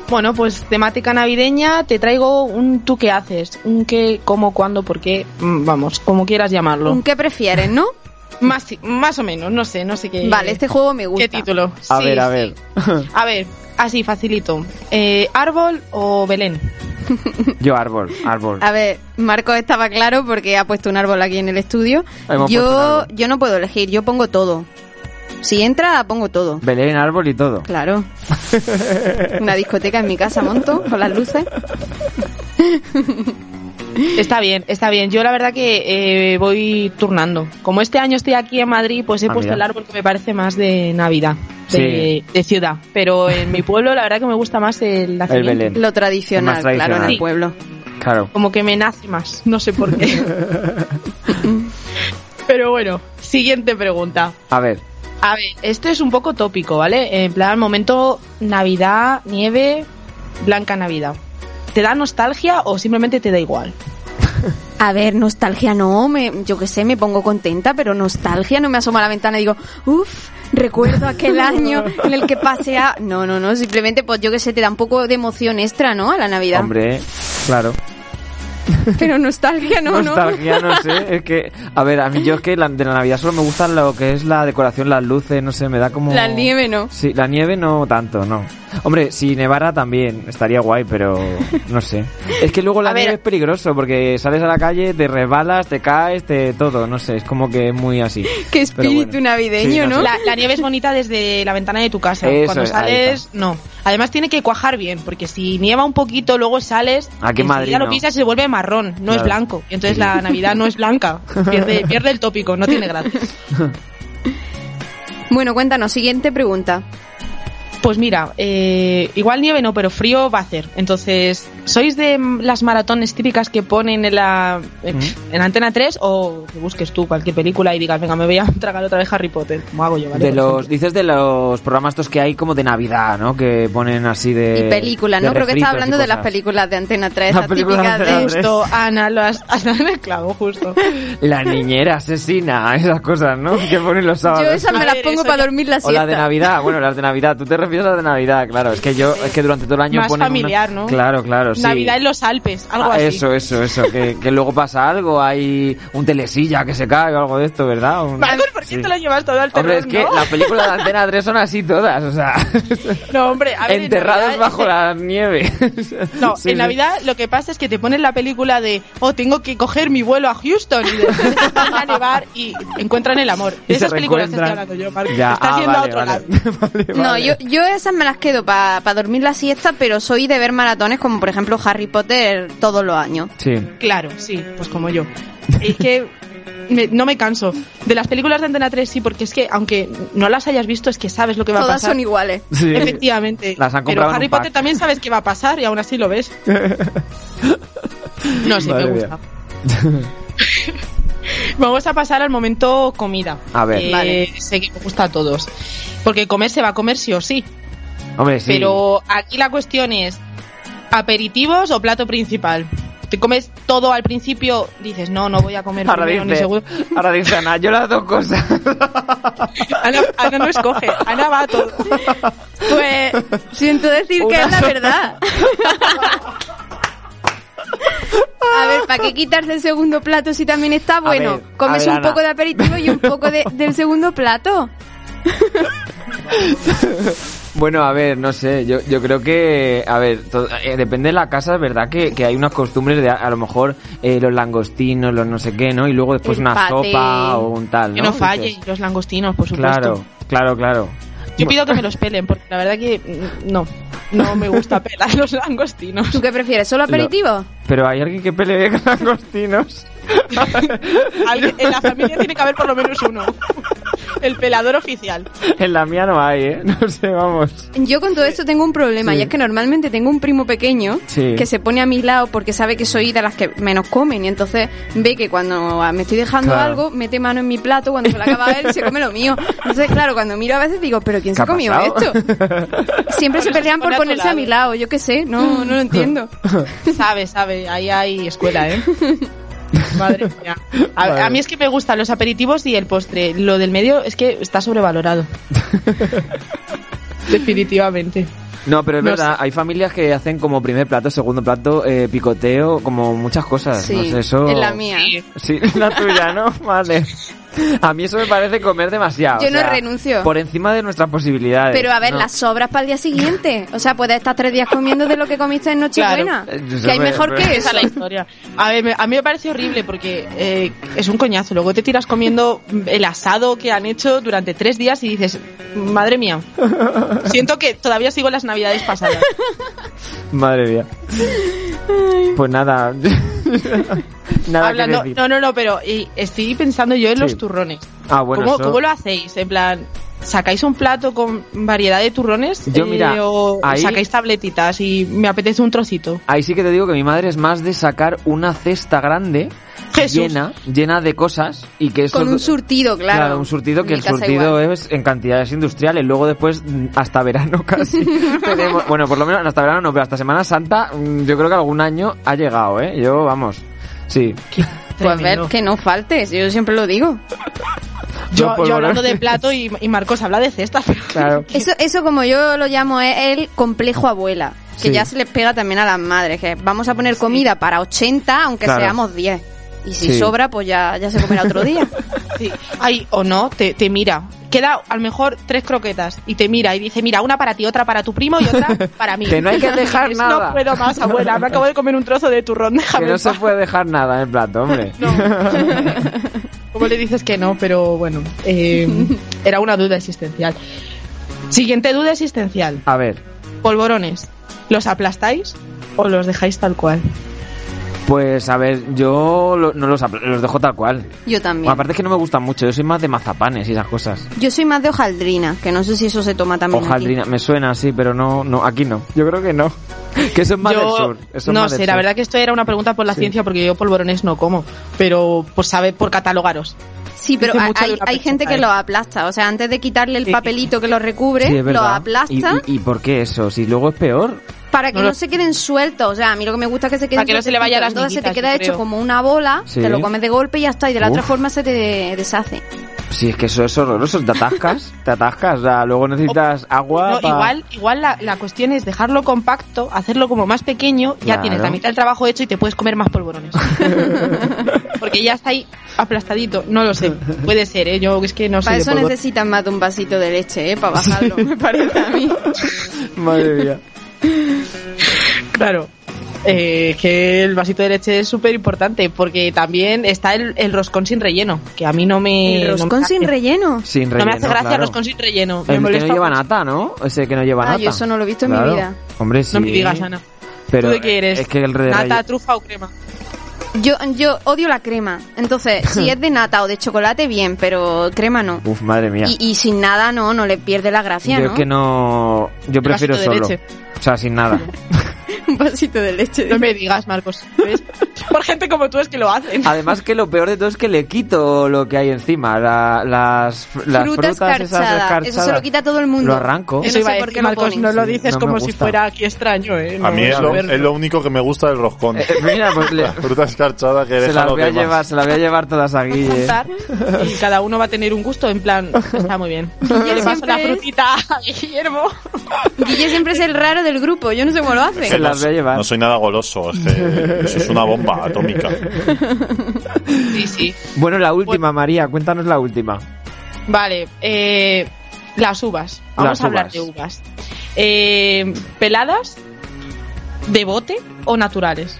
Speaker 10: Bueno, pues temática navideña, te traigo un tú qué haces, un qué, cómo, cuándo, por qué, mm, vamos, como quieras llamarlo.
Speaker 3: ¿Qué prefieres, no?
Speaker 10: Más, más o menos, no sé, no sé qué.
Speaker 3: Vale, este juego me gusta.
Speaker 10: ¿Qué título?
Speaker 2: A
Speaker 10: Sí,
Speaker 2: ver, a
Speaker 10: sí.
Speaker 2: ver.
Speaker 10: A ver, así facilito. Eh, ¿Árbol o Belén?
Speaker 2: <laughs> Yo árbol, árbol.
Speaker 3: A ver, Marco estaba claro porque ha puesto un árbol aquí en el estudio.
Speaker 2: Hemos puesto un
Speaker 3: Yo,
Speaker 2: árbol.
Speaker 3: yo no puedo elegir, yo pongo todo. Si entra, pongo todo.
Speaker 2: Belén, árbol y todo. <laughs>
Speaker 3: Claro. Una discoteca en mi casa, monto, con las luces.
Speaker 10: Está bien, está bien. Yo la verdad que eh, voy turnando. Como este año estoy aquí en Madrid, pues he
Speaker 2: Ah,
Speaker 10: puesto
Speaker 2: mira.
Speaker 10: el árbol que me parece más de Navidad, de,
Speaker 2: Sí.
Speaker 10: de ciudad. Pero en mi pueblo la verdad que me gusta más el nacimiento.
Speaker 2: Belén.
Speaker 3: Lo tradicional,
Speaker 2: Más tradicional.
Speaker 3: claro, en el
Speaker 2: Sí.
Speaker 3: pueblo.
Speaker 2: Claro.
Speaker 10: Como que me nace más, no sé por
Speaker 3: <laughs>
Speaker 10: qué. Pero bueno, siguiente pregunta.
Speaker 2: A ver.
Speaker 10: A ver, esto es un poco tópico, ¿vale? En plan, momento Navidad, nieve, blanca Navidad. ¿Te da nostalgia o simplemente te da igual?
Speaker 3: A ver, nostalgia no, me, yo qué sé, me pongo contenta, pero nostalgia no me asomo a la ventana y digo, uff, recuerdo aquel año en el que pasé a... No, no, no, simplemente, pues yo qué sé, te da un poco de emoción extra, ¿no? A la Navidad.
Speaker 2: Hombre, claro.
Speaker 3: <laughs> Pero nostalgia no,
Speaker 2: Nostalgia, no sé. Es que, a ver, a mí yo es que la- de la Navidad solo me gusta lo que es la decoración, las luces, no sé, me da como.
Speaker 3: ¿no? La nieve no.
Speaker 2: Sí, la nieve no tanto, no. Hombre, si nevara también estaría guay, pero no sé. Es que luego la
Speaker 10: A ver.
Speaker 2: nieve es peligroso porque sales a la calle, te resbalas, te caes, te todo, no sé, es como que es muy así.
Speaker 3: Qué
Speaker 2: Pero
Speaker 3: espíritu
Speaker 2: bueno.
Speaker 3: navideño,
Speaker 2: Sí,
Speaker 3: ¿no?
Speaker 2: sé.
Speaker 10: La, la nieve es bonita desde la ventana de tu casa.
Speaker 2: Eso
Speaker 10: Cuando
Speaker 2: es, ahí
Speaker 10: sales,
Speaker 2: está.
Speaker 10: no. Además tiene que cuajar bien, porque si nieva un poquito, luego sales,
Speaker 2: Aquí en
Speaker 10: enseguida
Speaker 2: Madrid
Speaker 10: lo
Speaker 2: Ah, no.
Speaker 10: pisas y se vuelve marrón,
Speaker 2: Claro.
Speaker 10: no es blanco. Y entonces la Navidad no es
Speaker 2: <laughs>
Speaker 10: blanca. Pierde, pierde el tópico, no tiene gracia.
Speaker 3: Bueno, cuéntanos, siguiente pregunta.
Speaker 10: Pues mira, eh, igual nieve no, pero frío va a hacer. Entonces, ¿sois de mm, las maratones típicas que ponen en la en,
Speaker 2: Mm.
Speaker 10: en Antena 3 o que busques tú cualquier película y digas, venga, me voy a <laughs> tragar otra vez Harry Potter? Como hago yo, ¿vale?
Speaker 2: De
Speaker 10: Por
Speaker 2: los,
Speaker 10: ejemplo.
Speaker 2: dices de los programas estos que hay como de Navidad, ¿no? Que ponen así de...
Speaker 3: y películas,
Speaker 2: Eh, de
Speaker 3: ¿no? Creo que
Speaker 2: refritos y
Speaker 3: estaba hablando de las
Speaker 2: cosas.
Speaker 3: películas de Antena 3,
Speaker 2: Las
Speaker 3: las
Speaker 2: películas de
Speaker 3: típicas de...
Speaker 2: Antena 3.
Speaker 10: Justo, Ana, lo has, <laughs> has dado en el clavo, justo.
Speaker 2: La niñera asesina, <laughs> esas cosas, ¿no? Que ponen los sábados.
Speaker 3: <laughs> Yo esas me
Speaker 10: A
Speaker 3: las
Speaker 10: ver,
Speaker 3: pongo
Speaker 10: eso
Speaker 3: para
Speaker 10: ya-
Speaker 3: dormir la
Speaker 2: O
Speaker 3: siesta.
Speaker 2: las de Navidad, bueno, las de Navidad, tú te refieres a las de Navidad, claro, es que yo, es que durante todo el año
Speaker 10: Más
Speaker 2: ponen una-
Speaker 10: familiar, ¿no?
Speaker 2: Claro, claro, sí.
Speaker 10: Navidad en los Alpes, algo
Speaker 2: Ah,
Speaker 10: así.
Speaker 2: Eso, eso, eso, que, que luego pasa algo, hay un telesilla que se cae o algo de esto, ¿verdad? Un-
Speaker 10: Marcos, ¿por qué
Speaker 2: sí.
Speaker 10: te lo llevas todo al terror,
Speaker 2: Hombre, es que
Speaker 10: no?
Speaker 2: las películas de Antena 3 son así todas, o sea,
Speaker 10: <laughs> No, hombre, <laughs> a ver, en
Speaker 2: enterrados
Speaker 10: Navidad-
Speaker 2: bajo la nieve. <laughs>
Speaker 10: No,
Speaker 2: Sí, sí.
Speaker 10: en Navidad lo que pasa es que te ponen la película de, oh, tengo que coger mi vuelo a Houston y después se ponen a nevar y encuentran el amor.
Speaker 2: Y
Speaker 10: De
Speaker 2: se
Speaker 10: esas películas te estoy
Speaker 2: reencuentran.
Speaker 10: hablando yo, Marco.
Speaker 2: Ya,
Speaker 10: Estás
Speaker 2: ah,
Speaker 10: yendo
Speaker 2: vale,
Speaker 10: a otro
Speaker 2: vale.
Speaker 10: lado.
Speaker 2: Vale,
Speaker 3: No,
Speaker 2: vale.
Speaker 3: yo, yo esas me las quedo para dormir la siesta, pero soy de ver maratones como por ejemplo Harry Potter todos los años.
Speaker 2: Sí.
Speaker 10: Claro, sí, pues como yo. Es que me- no me canso. De las películas de Antena 3 sí, porque es que aunque no las hayas visto, es que sabes lo que va a
Speaker 3: Todas
Speaker 10: pasar.
Speaker 3: son iguales.
Speaker 2: Sí.
Speaker 10: Efectivamente.
Speaker 2: Las han
Speaker 10: Pero
Speaker 2: comprado en
Speaker 10: Harry
Speaker 2: un pack.
Speaker 10: Potter también sabes qué va a pasar y aún así lo
Speaker 2: <laughs>
Speaker 10: ves. No sé,
Speaker 2: Madre
Speaker 10: me gusta.
Speaker 2: <laughs>
Speaker 10: Vamos a pasar al momento comida.
Speaker 2: A ver.
Speaker 10: que
Speaker 3: Vale.
Speaker 10: Sé que me gusta a todos. Porque comer se va a comer sí o sí.
Speaker 2: Hombre, Pues sí.
Speaker 10: Pero aquí la cuestión es: ¿aperitivos o plato principal? Te comes todo al principio, dices, no, no voy a comer
Speaker 2: Ahora
Speaker 10: primero ni
Speaker 2: dice,
Speaker 10: segundo.
Speaker 2: ahora dice Ana, yo las dos cosas.
Speaker 10: Ana, Ana no escoge, Ana va a todo.
Speaker 3: Pues <laughs> siento decir que es la verdad. A ver, ¿para qué quitarse el segundo plato si también está bueno?
Speaker 2: ver,
Speaker 3: Comes
Speaker 2: a ver,
Speaker 3: un
Speaker 2: Ana.
Speaker 3: poco de aperitivo y un poco de- del segundo plato.
Speaker 2: Bueno, a ver, no sé, yo, yo creo que, a ver, to- eh, depende de la casa, es verdad que, que hay unas costumbres de a, a lo mejor eh, los langostinos, los no sé qué, ¿no? Y luego después
Speaker 3: El
Speaker 2: Pues una
Speaker 3: paté.
Speaker 2: sopa o un tal, ¿no?
Speaker 10: Que no falle,
Speaker 2: Dices,
Speaker 10: los langostinos, por supuesto.
Speaker 2: claro, claro, claro.
Speaker 10: Yo pido que me los pelen, porque la verdad que mm, no, no me gusta pelar los langostinos.
Speaker 3: ¿Tú qué prefieres? ¿Solo aperitivo?
Speaker 2: Pero hay alguien que pelee con langostinos. <laughs>
Speaker 10: Alguien- en la familia tiene que haber por lo menos uno. El pelador oficial.
Speaker 2: En la mía no hay, ¿eh? No sé, vamos.
Speaker 3: Yo con todo esto tengo un problema
Speaker 2: Sí.
Speaker 3: y es que normalmente tengo un primo pequeño
Speaker 2: Sí.
Speaker 3: que se pone a mi lado porque sabe que soy de las que menos comen y entonces ve que cuando me estoy dejando
Speaker 2: Claro.
Speaker 3: algo mete mano en mi plato cuando se lo acaba él se come lo mío. Entonces claro, cuando miro a veces digo, pero ¿quién se ha comido esto?
Speaker 2: <laughs>
Speaker 3: Siempre se pelean por
Speaker 10: pone a tu
Speaker 3: ponerse a mi lado, yo qué sé,
Speaker 10: <laughs>
Speaker 3: no, no lo entiendo.
Speaker 10: Sabe, sabe, ahí hay escuela, ¿eh? Madre mía. A,
Speaker 2: Vale.
Speaker 10: a mí es que me gustan los aperitivos y el postre. Lo del medio es que está sobrevalorado. Definitivamente.
Speaker 2: No, pero es
Speaker 10: No
Speaker 2: verdad, hay familias que hacen como primer plato, segundo plato, eh, picoteo, como muchas cosas. No
Speaker 3: Sí,
Speaker 2: sé, eso... <laughs>
Speaker 3: es la mía. <laughs>
Speaker 2: Sí, la tuya, ¿no? Vale. A mí eso me parece comer demasiado.
Speaker 3: Yo
Speaker 2: o
Speaker 3: no
Speaker 2: sea,
Speaker 3: renuncio.
Speaker 2: Por encima de nuestras posibilidades.
Speaker 3: Pero a ver,
Speaker 2: No.
Speaker 3: las sobras para el día siguiente. O sea, puedes estar tres días comiendo de lo que comiste en Nochebuena.
Speaker 2: Claro. Eh,
Speaker 3: Que hay mejor que
Speaker 10: Esa
Speaker 3: eso.
Speaker 10: es la historia. A, ver, me- a mí me parece horrible porque eh, es un coñazo. Luego te tiras comiendo el asado que han hecho durante tres días y dices, madre mía, siento que todavía sigo las navidades pasadas.
Speaker 2: Madre mía. Pues
Speaker 3: <laughs>
Speaker 2: nada. nada
Speaker 10: Hablando-
Speaker 2: que decir.
Speaker 10: no, no, no, pero y estoy pensando yo en
Speaker 2: Sí.
Speaker 10: los turrones.
Speaker 2: Ah, bueno,
Speaker 10: ¿Cómo,
Speaker 2: eso-
Speaker 10: cómo lo hacéis? En plan, ¿sacáis un plato con variedad de turrones? eh,
Speaker 2: Yo, mira,
Speaker 10: o
Speaker 2: ahí-
Speaker 10: sacáis tabletitas y me apetece un trocito.
Speaker 2: Ahí sí que te digo que mi madre es más de sacar una cesta grande
Speaker 10: Jesús.
Speaker 2: llena, llena de cosas y que eso
Speaker 3: Con un surtido, claro.
Speaker 2: Claro, un surtido
Speaker 3: En
Speaker 2: que
Speaker 3: mi
Speaker 2: el
Speaker 3: casa
Speaker 2: surtido
Speaker 3: igual.
Speaker 2: es en cantidades industriales. Luego después, mm, hasta verano <laughs> casi. tenemos- bueno, por lo menos hasta verano no, pero hasta Semana Santa mm, yo creo que algún año ha llegado, ¿eh? Yo, vamos, sí.
Speaker 3: <laughs> Pues ver,
Speaker 10: Tremendo.
Speaker 3: que no faltes, yo siempre lo digo.
Speaker 10: Yo,
Speaker 2: No, por favor.
Speaker 10: yo hablando de plato y, y Marcos habla de cestas.
Speaker 2: <laughs> Claro.
Speaker 3: Eso, eso como yo lo llamo, es el complejo abuela. Que
Speaker 2: Sí.
Speaker 3: ya se les pega también a las madres, que vamos a poner comida para 80, aunque
Speaker 2: Claro.
Speaker 3: seamos 10. Y si
Speaker 2: Sí.
Speaker 3: sobra, pues ya, ya se comerá otro día.
Speaker 10: <laughs> Sí. Ay, o no, te, te mira. Queda a lo mejor tres croquetas y te mira y dice, mira, una para ti, otra para tu primo
Speaker 2: <laughs>
Speaker 10: y otra para mí.
Speaker 2: Que no hay que
Speaker 10: <laughs>
Speaker 2: dejar
Speaker 10: Dices,
Speaker 2: nada.
Speaker 10: No puedo más, abuela. Me acabo de comer un trozo de turrón, <laughs> déjame.
Speaker 2: Que no
Speaker 10: en
Speaker 2: se
Speaker 10: paz".
Speaker 2: puede dejar nada en el plato,
Speaker 10: <laughs>
Speaker 2: hombre.
Speaker 10: Como le dices que no, pero bueno, eh,
Speaker 3: <laughs>
Speaker 10: era una duda existencial. Siguiente duda existencial.
Speaker 2: A ver,
Speaker 10: Polvorones, ¿los aplastáis o los dejáis tal cual?
Speaker 2: pues a ver, yo lo- no los, apl- los dejo tal cual.
Speaker 3: Yo
Speaker 2: Bueno,
Speaker 3: también.
Speaker 2: aparte es que no me gustan mucho, yo soy más de mazapanes y esas cosas.
Speaker 3: Yo soy más de hojaldrina, que no sé si eso se toma también. aquí.
Speaker 2: Hojaldrina, me suena así, pero no, no, aquí no. Yo creo que no. <laughs> Que eso es más
Speaker 10: Yo-
Speaker 2: del sur. eso es
Speaker 10: no
Speaker 2: más del
Speaker 10: sé, la
Speaker 2: sur.
Speaker 10: verdad que esto era una pregunta por la
Speaker 2: Sí.
Speaker 10: ciencia porque yo polvorones no como, pero por saber, por catalogaros.
Speaker 3: Sí, pero
Speaker 10: Dice
Speaker 3: hay,
Speaker 10: mucho de
Speaker 3: hay-
Speaker 10: una
Speaker 3: hay gente que
Speaker 10: persona,
Speaker 3: lo aplasta. O sea, antes de quitarle el
Speaker 10: Sí.
Speaker 3: papelito que lo recubre,
Speaker 2: Sí, es
Speaker 3: lo
Speaker 2: verdad.
Speaker 3: aplasta
Speaker 2: ¿Y, y, y por qué eso? Si luego es peor.
Speaker 3: para que
Speaker 10: No
Speaker 3: no,
Speaker 10: lo-
Speaker 3: se queden sueltos. O sea, a mí lo que me gusta es que se queden
Speaker 10: Para que no se le vaya
Speaker 3: sueltecitos.
Speaker 10: las
Speaker 3: Entonces se te
Speaker 10: miguitas,
Speaker 3: queda
Speaker 10: yo
Speaker 3: hecho
Speaker 10: creo.
Speaker 3: como una bola,
Speaker 2: Sí.
Speaker 3: te lo comes de golpe y ya está. Y de la otra
Speaker 2: Uf.
Speaker 3: forma se te deshace.
Speaker 2: Si es que eso es horroroso. Te
Speaker 3: <laughs>
Speaker 2: atascas, te atascas. O sea, luego necesitas
Speaker 3: Oh,
Speaker 2: agua.
Speaker 10: No,
Speaker 2: pa-
Speaker 10: igual igual la, la cuestión es dejarlo compacto, hacerlo como más pequeño, ya
Speaker 2: Claro.
Speaker 10: tienes la mitad del trabajo hecho y te puedes comer más
Speaker 2: <laughs>
Speaker 10: polvorones. Porque ya está ahí aplastadito, no lo sé, puede ser, ¿eh? yo es que no
Speaker 3: Para
Speaker 10: sé.
Speaker 3: eso necesitas más de un vasito de leche, ¿eh? Para bajarlo, me parece a mí.
Speaker 2: Madre mía.
Speaker 10: <laughs> Claro. Eh, que el vasito de leche es súper importante porque también está el, el roscón sin relleno, que a mí no me...
Speaker 3: El
Speaker 10: no me
Speaker 3: roscón sin
Speaker 10: hace-
Speaker 3: relleno.
Speaker 2: Sin
Speaker 10: No
Speaker 2: relleno,
Speaker 10: me hace gracia
Speaker 2: claro.
Speaker 10: el roscón sin relleno. me
Speaker 2: El que
Speaker 10: molesta
Speaker 2: no lleva
Speaker 10: mucho.
Speaker 2: nata, ¿no? Ese que no lleva
Speaker 3: Ah,
Speaker 2: nata.
Speaker 3: yo eso no lo he visto en mi vida.
Speaker 2: Hombre, sí.
Speaker 10: No me digas, Ana.
Speaker 2: Pero
Speaker 10: ¿Tú de qué eres?
Speaker 2: Es que el de
Speaker 10: ¿Nata,
Speaker 2: relleno-
Speaker 10: trufa o crema?
Speaker 3: Yo, yo odio la crema. Entonces,
Speaker 2: <laughs>
Speaker 3: si es de nata o de chocolate, bien, pero crema no.
Speaker 2: Uf, madre mía.
Speaker 3: Y, y sin nada, no, no le pierde la gracia,
Speaker 2: yo
Speaker 3: ¿no?
Speaker 2: es que no. Yo prefiero
Speaker 10: vasito de
Speaker 2: solo.
Speaker 10: leche.
Speaker 2: O sea, sin
Speaker 10: <laughs>
Speaker 2: nada.
Speaker 3: <laughs> Un vasito de leche.
Speaker 10: No me digas, Marcos.
Speaker 3: <laughs>
Speaker 10: ¿Ves? Por gente como tú es que lo hacen.
Speaker 2: Además que lo peor de todo es que le quito lo que hay encima, la- las, las
Speaker 3: Fruta
Speaker 2: frutas esas
Speaker 3: escarchada.
Speaker 2: escarchadas.
Speaker 3: Eso se lo quita todo el mundo.
Speaker 2: Lo arranco.
Speaker 3: Yo no
Speaker 10: Eso iba
Speaker 3: sé
Speaker 10: a
Speaker 3: por
Speaker 10: decir,
Speaker 3: qué lo
Speaker 10: Marcos,
Speaker 3: pones.
Speaker 10: no lo dices
Speaker 2: No me
Speaker 10: como si
Speaker 2: gusta.
Speaker 10: fuera aquí extraño, ¿eh? No, <laughs>
Speaker 4: A mí es lo,
Speaker 10: verlo.
Speaker 4: es lo único que me gusta del roscón.
Speaker 2: Eh, mira, pues le-
Speaker 4: La fruta escarchada que
Speaker 2: se
Speaker 4: deja
Speaker 2: las
Speaker 4: lo
Speaker 2: voy a
Speaker 4: que
Speaker 2: llevar, se las voy a llevar todas eh. a Guille.
Speaker 10: Juntar y cada uno va a tener un gusto
Speaker 2: <laughs>
Speaker 10: en plan está muy bien yo le paso
Speaker 3: siempre
Speaker 10: la
Speaker 3: es-
Speaker 10: frutita a Ah, Guillermo
Speaker 3: Guille siempre es el raro del grupo, yo no sé cómo lo
Speaker 2: Se
Speaker 3: hace.
Speaker 2: las voy a llevar.
Speaker 4: No soy nada goloso, es que eso es una bomba atómica.
Speaker 10: sí sí
Speaker 2: Bueno, la última, María, cuéntanos la última.
Speaker 10: vale eh, las uvas vamos
Speaker 2: Las
Speaker 10: a hablar
Speaker 2: uvas.
Speaker 10: de uvas Eh, peladas de bote o naturales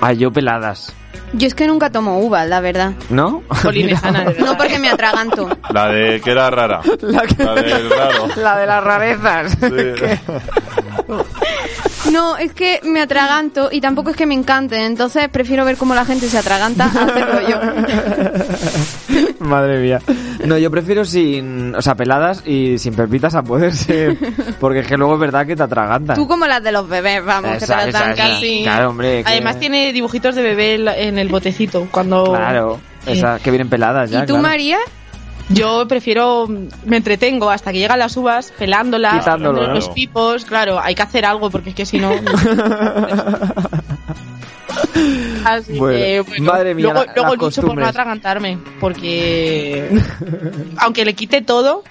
Speaker 2: Ay, yo peladas,
Speaker 3: Yo es que nunca tomo uvas, la verdad.
Speaker 2: ¿no?
Speaker 10: Jolines, Ana, de verdad.
Speaker 3: No porque me atraganto.
Speaker 4: La de que era rara. La, del raro.
Speaker 2: <laughs> la de las <laughs> rarezas.
Speaker 4: Sí.
Speaker 3: No, es que me atraganto y tampoco es que me encanten, entonces prefiero ver cómo la gente se
Speaker 2: <laughs>
Speaker 3: atraganta a hacerlo yo.
Speaker 2: Madre mía. No, yo prefiero sin, o sea, peladas y sin pepitas a poder
Speaker 3: <laughs>
Speaker 2: ser, porque es que luego es verdad que te atragantan.
Speaker 3: Tú como las de los bebés, vamos, que
Speaker 2: Esa,
Speaker 3: te
Speaker 2: esa,
Speaker 3: las dan
Speaker 2: esa.
Speaker 3: casi.
Speaker 2: Claro, hombre. que-
Speaker 10: además tiene dibujitos de bebé en la- en el botecito cuando
Speaker 2: Claro, esas que vienen peladas ya.
Speaker 3: ¿Y tú,
Speaker 2: claro.
Speaker 3: María?
Speaker 10: Yo prefiero, mm, me entretengo hasta que llegan las uvas, pelándolas,
Speaker 2: Quitándolo,
Speaker 10: dándole
Speaker 4: ¿no?
Speaker 2: <laughs>
Speaker 10: los pipos, claro, hay que hacer algo porque es que si no... Así
Speaker 2: Bueno,
Speaker 10: que, bueno,
Speaker 2: madre mía,
Speaker 10: luego,
Speaker 2: la- las
Speaker 10: luego lucho por
Speaker 2: costumbres.
Speaker 10: no atragantarme, porque aunque le quite todo,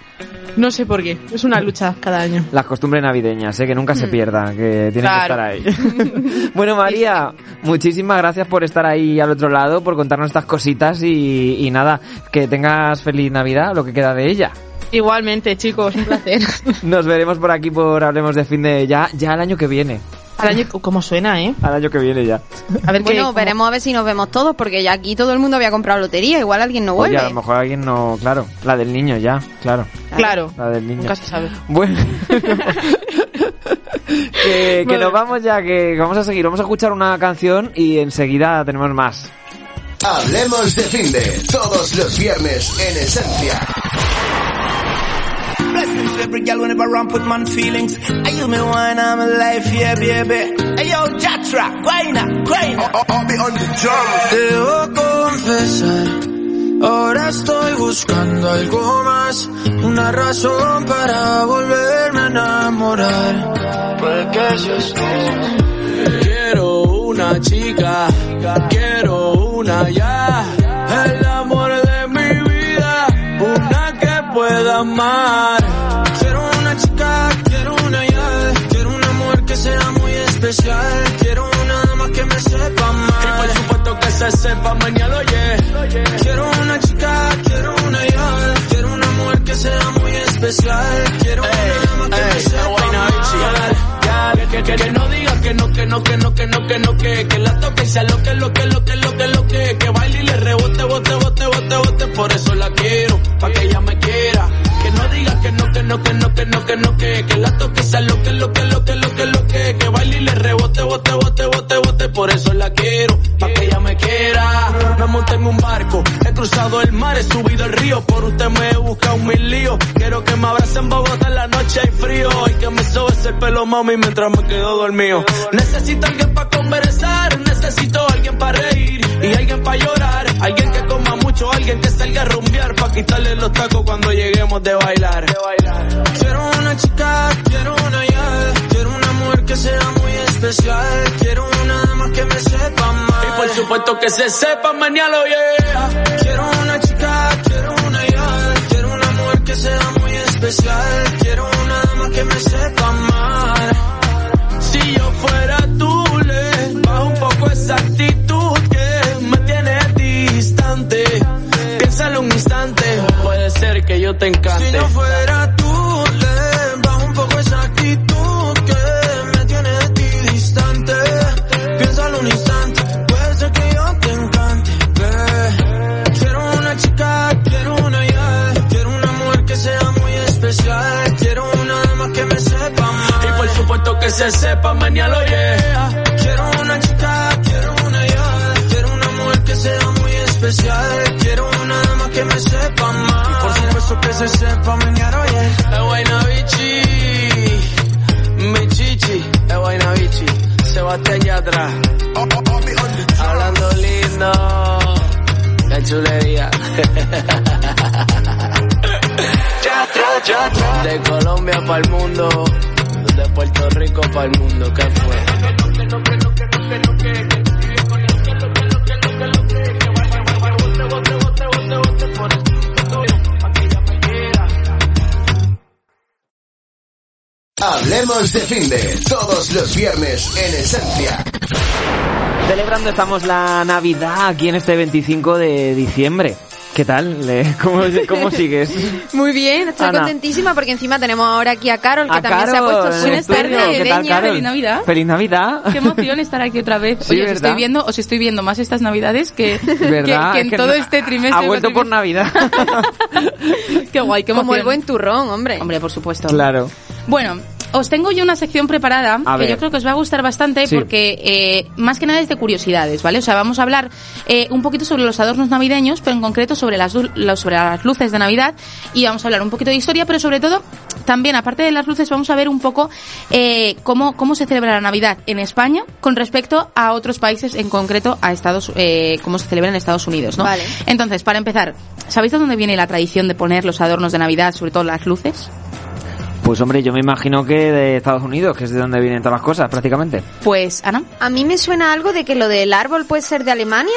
Speaker 10: no sé por qué. Es una lucha cada año.
Speaker 2: Las costumbres navideñas, ¿eh? que nunca
Speaker 3: Mm.
Speaker 2: se pierdan, que tienen
Speaker 10: Claro.
Speaker 2: que estar
Speaker 3: <laughs>
Speaker 2: ahí. bueno, María, muchísimas gracias por estar ahí al otro lado, por contarnos estas cositas y, y nada, que tengas feliz Navidad, lo que queda de ella.
Speaker 10: Igualmente, chicos, un placer. <laughs>
Speaker 2: Nos veremos por aquí por Hablemos de Fin de ya, ya el año que viene.
Speaker 10: Al año, ¿cómo suena, eh?
Speaker 2: Al año que viene ya.
Speaker 10: A ver qué-
Speaker 3: Bueno,
Speaker 10: cómo-
Speaker 3: veremos a ver si nos vemos todos, porque ya aquí todo el mundo había comprado lotería, igual alguien no
Speaker 2: Oye,
Speaker 3: vuelve.
Speaker 2: a lo mejor alguien no, claro, la del niño ya, claro,
Speaker 10: Claro,
Speaker 2: la del niño.
Speaker 10: nunca se sabe. <laughs>
Speaker 2: Bueno. que, que nos vamos ya, que vamos a seguir. Vamos a escuchar una canción y enseguida tenemos más.
Speaker 1: Hablemos de Finde, todos los viernes en Esencia.
Speaker 11: Blessings to every girl whenever ramp with man feelings. I use me wine, I'm alive, yeah, baby. Hey, yo, Jatra, Guayna, Guayna. I'll be oh, on the drum. Debo confesar, ahora estoy buscando algo más. Una razón para volverme a enamorar. Porque yo estoy... Quiero una chica, quiero una ya. El amor de mi vida, una que pueda amar. Quiero una chica, quiero una ya. Quiero una mujer que sea muy especial. Quiero una dama que me sepa amar. Y por supuesto que se sepa mañana, oye. Quiero una chica, quiero una ya. Quiero una mujer que sea muy especial. Quiero una dama que me sepa amar. Ya, Que, que, que no diga que no, que no, que no, que no, que no, que, que la toque y sea lo que, lo que, lo que, lo que, lo que, que baile y le rebote, bote, bote, bote, bote, por eso la quiero, pa' que ella me quiera. Que no diga que no, que no, que no, que no, que no, que, que la toque y sea lo que, lo que, lo que, lo que, lo que, que baile y le rebote, bote, bote, bote, bote, por eso la quiero, pa' que ella me quiera. Me monté en un barco, he cruzado el mar, he subido el río, por usted me he buscado mil líos. Quiero que me abracen en Bogotá en la noche hay frío y que me sobes el pelo, mami, mientras me quedo dormido. Necesito alguien para conversar, necesito alguien para reír y alguien para llorar. Alguien que coma mucho, alguien que salga a rumbear para quitarle los tacos cuando lleguemos de bailar. Quiero una chica, quiero una ya, quiero una mujer que sea muy especial, quiero una dama que me sepa amar. Y por supuesto que se sepa mañana, yeah. Quiero una chica, quiero una ya, quiero una mujer que sea muy especial, quiero una dama que me sepa amar. Si yo fuera tú, le bajo un poco esa actitud que me tiene distante. Piénsalo un instante, puede ser que yo te encante. Si yo fuera tú, le bajo un poco esa actitud que me tiene de ti distante. Piénsalo un instante, puede ser que yo te encante. ve. Quiero una chica, quiero una ya, quiero una mujer que sea muy especial, quiero una dama que me sepa amar. Y por supuesto que se sepa mañana, oye. Quiero una chica, quiero una ya, quiero una mujer que sea muy especial, quiero una dama que me sepa amar. Y por supuesto que se sepa mañana, oye. Eh, buena bichi, mi chichi, eh, buena bichi, Sebastián Yatra. Hablando lindo, la chulería. De Colombia para el mundo, de Puerto Rico para el mundo, ¿qué fue?
Speaker 1: Hablemos de Finde, todos los viernes en Esencia.
Speaker 2: Celebrando estamos la Navidad aquí en este 25 de diciembre. ¿Qué tal? Le- ¿Cómo,
Speaker 10: <laughs>
Speaker 2: cómo sigues?
Speaker 3: Muy bien, estoy
Speaker 2: Ana.
Speaker 3: contentísima porque encima tenemos ahora aquí a Carol,
Speaker 7: Ah,
Speaker 3: que
Speaker 2: A
Speaker 3: también se ha
Speaker 2: Carol, Pues,
Speaker 3: puesto
Speaker 2: en
Speaker 3: su
Speaker 2: el
Speaker 3: estudio.
Speaker 2: estudio. ¿Qué tal,
Speaker 7: navideña,
Speaker 2: Carol?
Speaker 7: feliz Navidad.
Speaker 2: ¡Feliz Navidad!
Speaker 7: <laughs> Qué emoción estar aquí otra vez.
Speaker 2: Sí,
Speaker 7: Oye, os
Speaker 2: ¿verdad?
Speaker 7: estoy viendo, os estoy viendo más estas navidades <laughs> que,
Speaker 2: ¿Verdad?
Speaker 7: que- que
Speaker 2: Es
Speaker 7: en
Speaker 2: que
Speaker 7: todo
Speaker 2: na-
Speaker 7: este trimestre.
Speaker 2: Ha vuelto por
Speaker 7: cuatrimestre.
Speaker 2: Navidad.
Speaker 7: Qué guay, qué emoción.
Speaker 3: Como el buen turrón, hombre.
Speaker 7: <laughs> Hombre, por supuesto.
Speaker 2: claro.
Speaker 7: Bueno, os tengo yo una sección preparada
Speaker 2: A
Speaker 7: que
Speaker 2: ver.
Speaker 7: yo creo que os va a gustar bastante
Speaker 2: Sí.
Speaker 7: porque eh, más que nada es de curiosidades, ¿vale? O sea, vamos a hablar eh, un poquito sobre los adornos navideños, pero en concreto sobre las, du- lo- sobre las luces de Navidad y vamos a hablar un poquito de historia, pero sobre todo también, aparte de las luces, vamos a ver un poco eh, cómo, cómo se celebra la Navidad en España con respecto a otros países, en concreto a Estados, eh, cómo se celebra en Estados Unidos, ¿no?
Speaker 3: Vale.
Speaker 7: Entonces, para empezar, ¿sabéis de dónde viene la tradición de poner los adornos de Navidad, sobre todo las luces?
Speaker 2: Pues hombre, yo me imagino que de Estados Unidos, que es de donde vienen todas las cosas, prácticamente.
Speaker 7: Pues, Ana.
Speaker 3: A mí me suena algo de que lo del árbol puede ser de Alemania.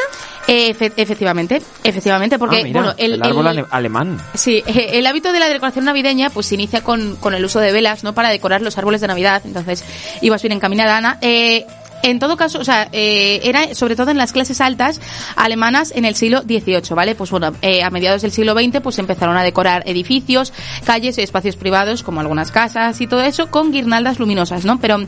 Speaker 7: Eh, efectivamente, efectivamente, porque
Speaker 2: Ah, mira,
Speaker 7: bueno, el,
Speaker 2: el árbol
Speaker 7: el-
Speaker 2: ale- alemán.
Speaker 7: Sí, eh, el hábito de la decoración navideña pues se inicia con, con el uso de velas, ¿no? Para decorar los árboles de Navidad. Entonces, ibas bien encaminada, Ana. Eh, en todo caso, o sea, eh, era sobre todo en las clases altas alemanas en el siglo XVIII, ¿vale? Pues bueno, eh, a mediados del siglo XX pues empezaron a decorar edificios, calles y espacios privados como algunas casas y todo eso con guirnaldas luminosas, ¿no? Pero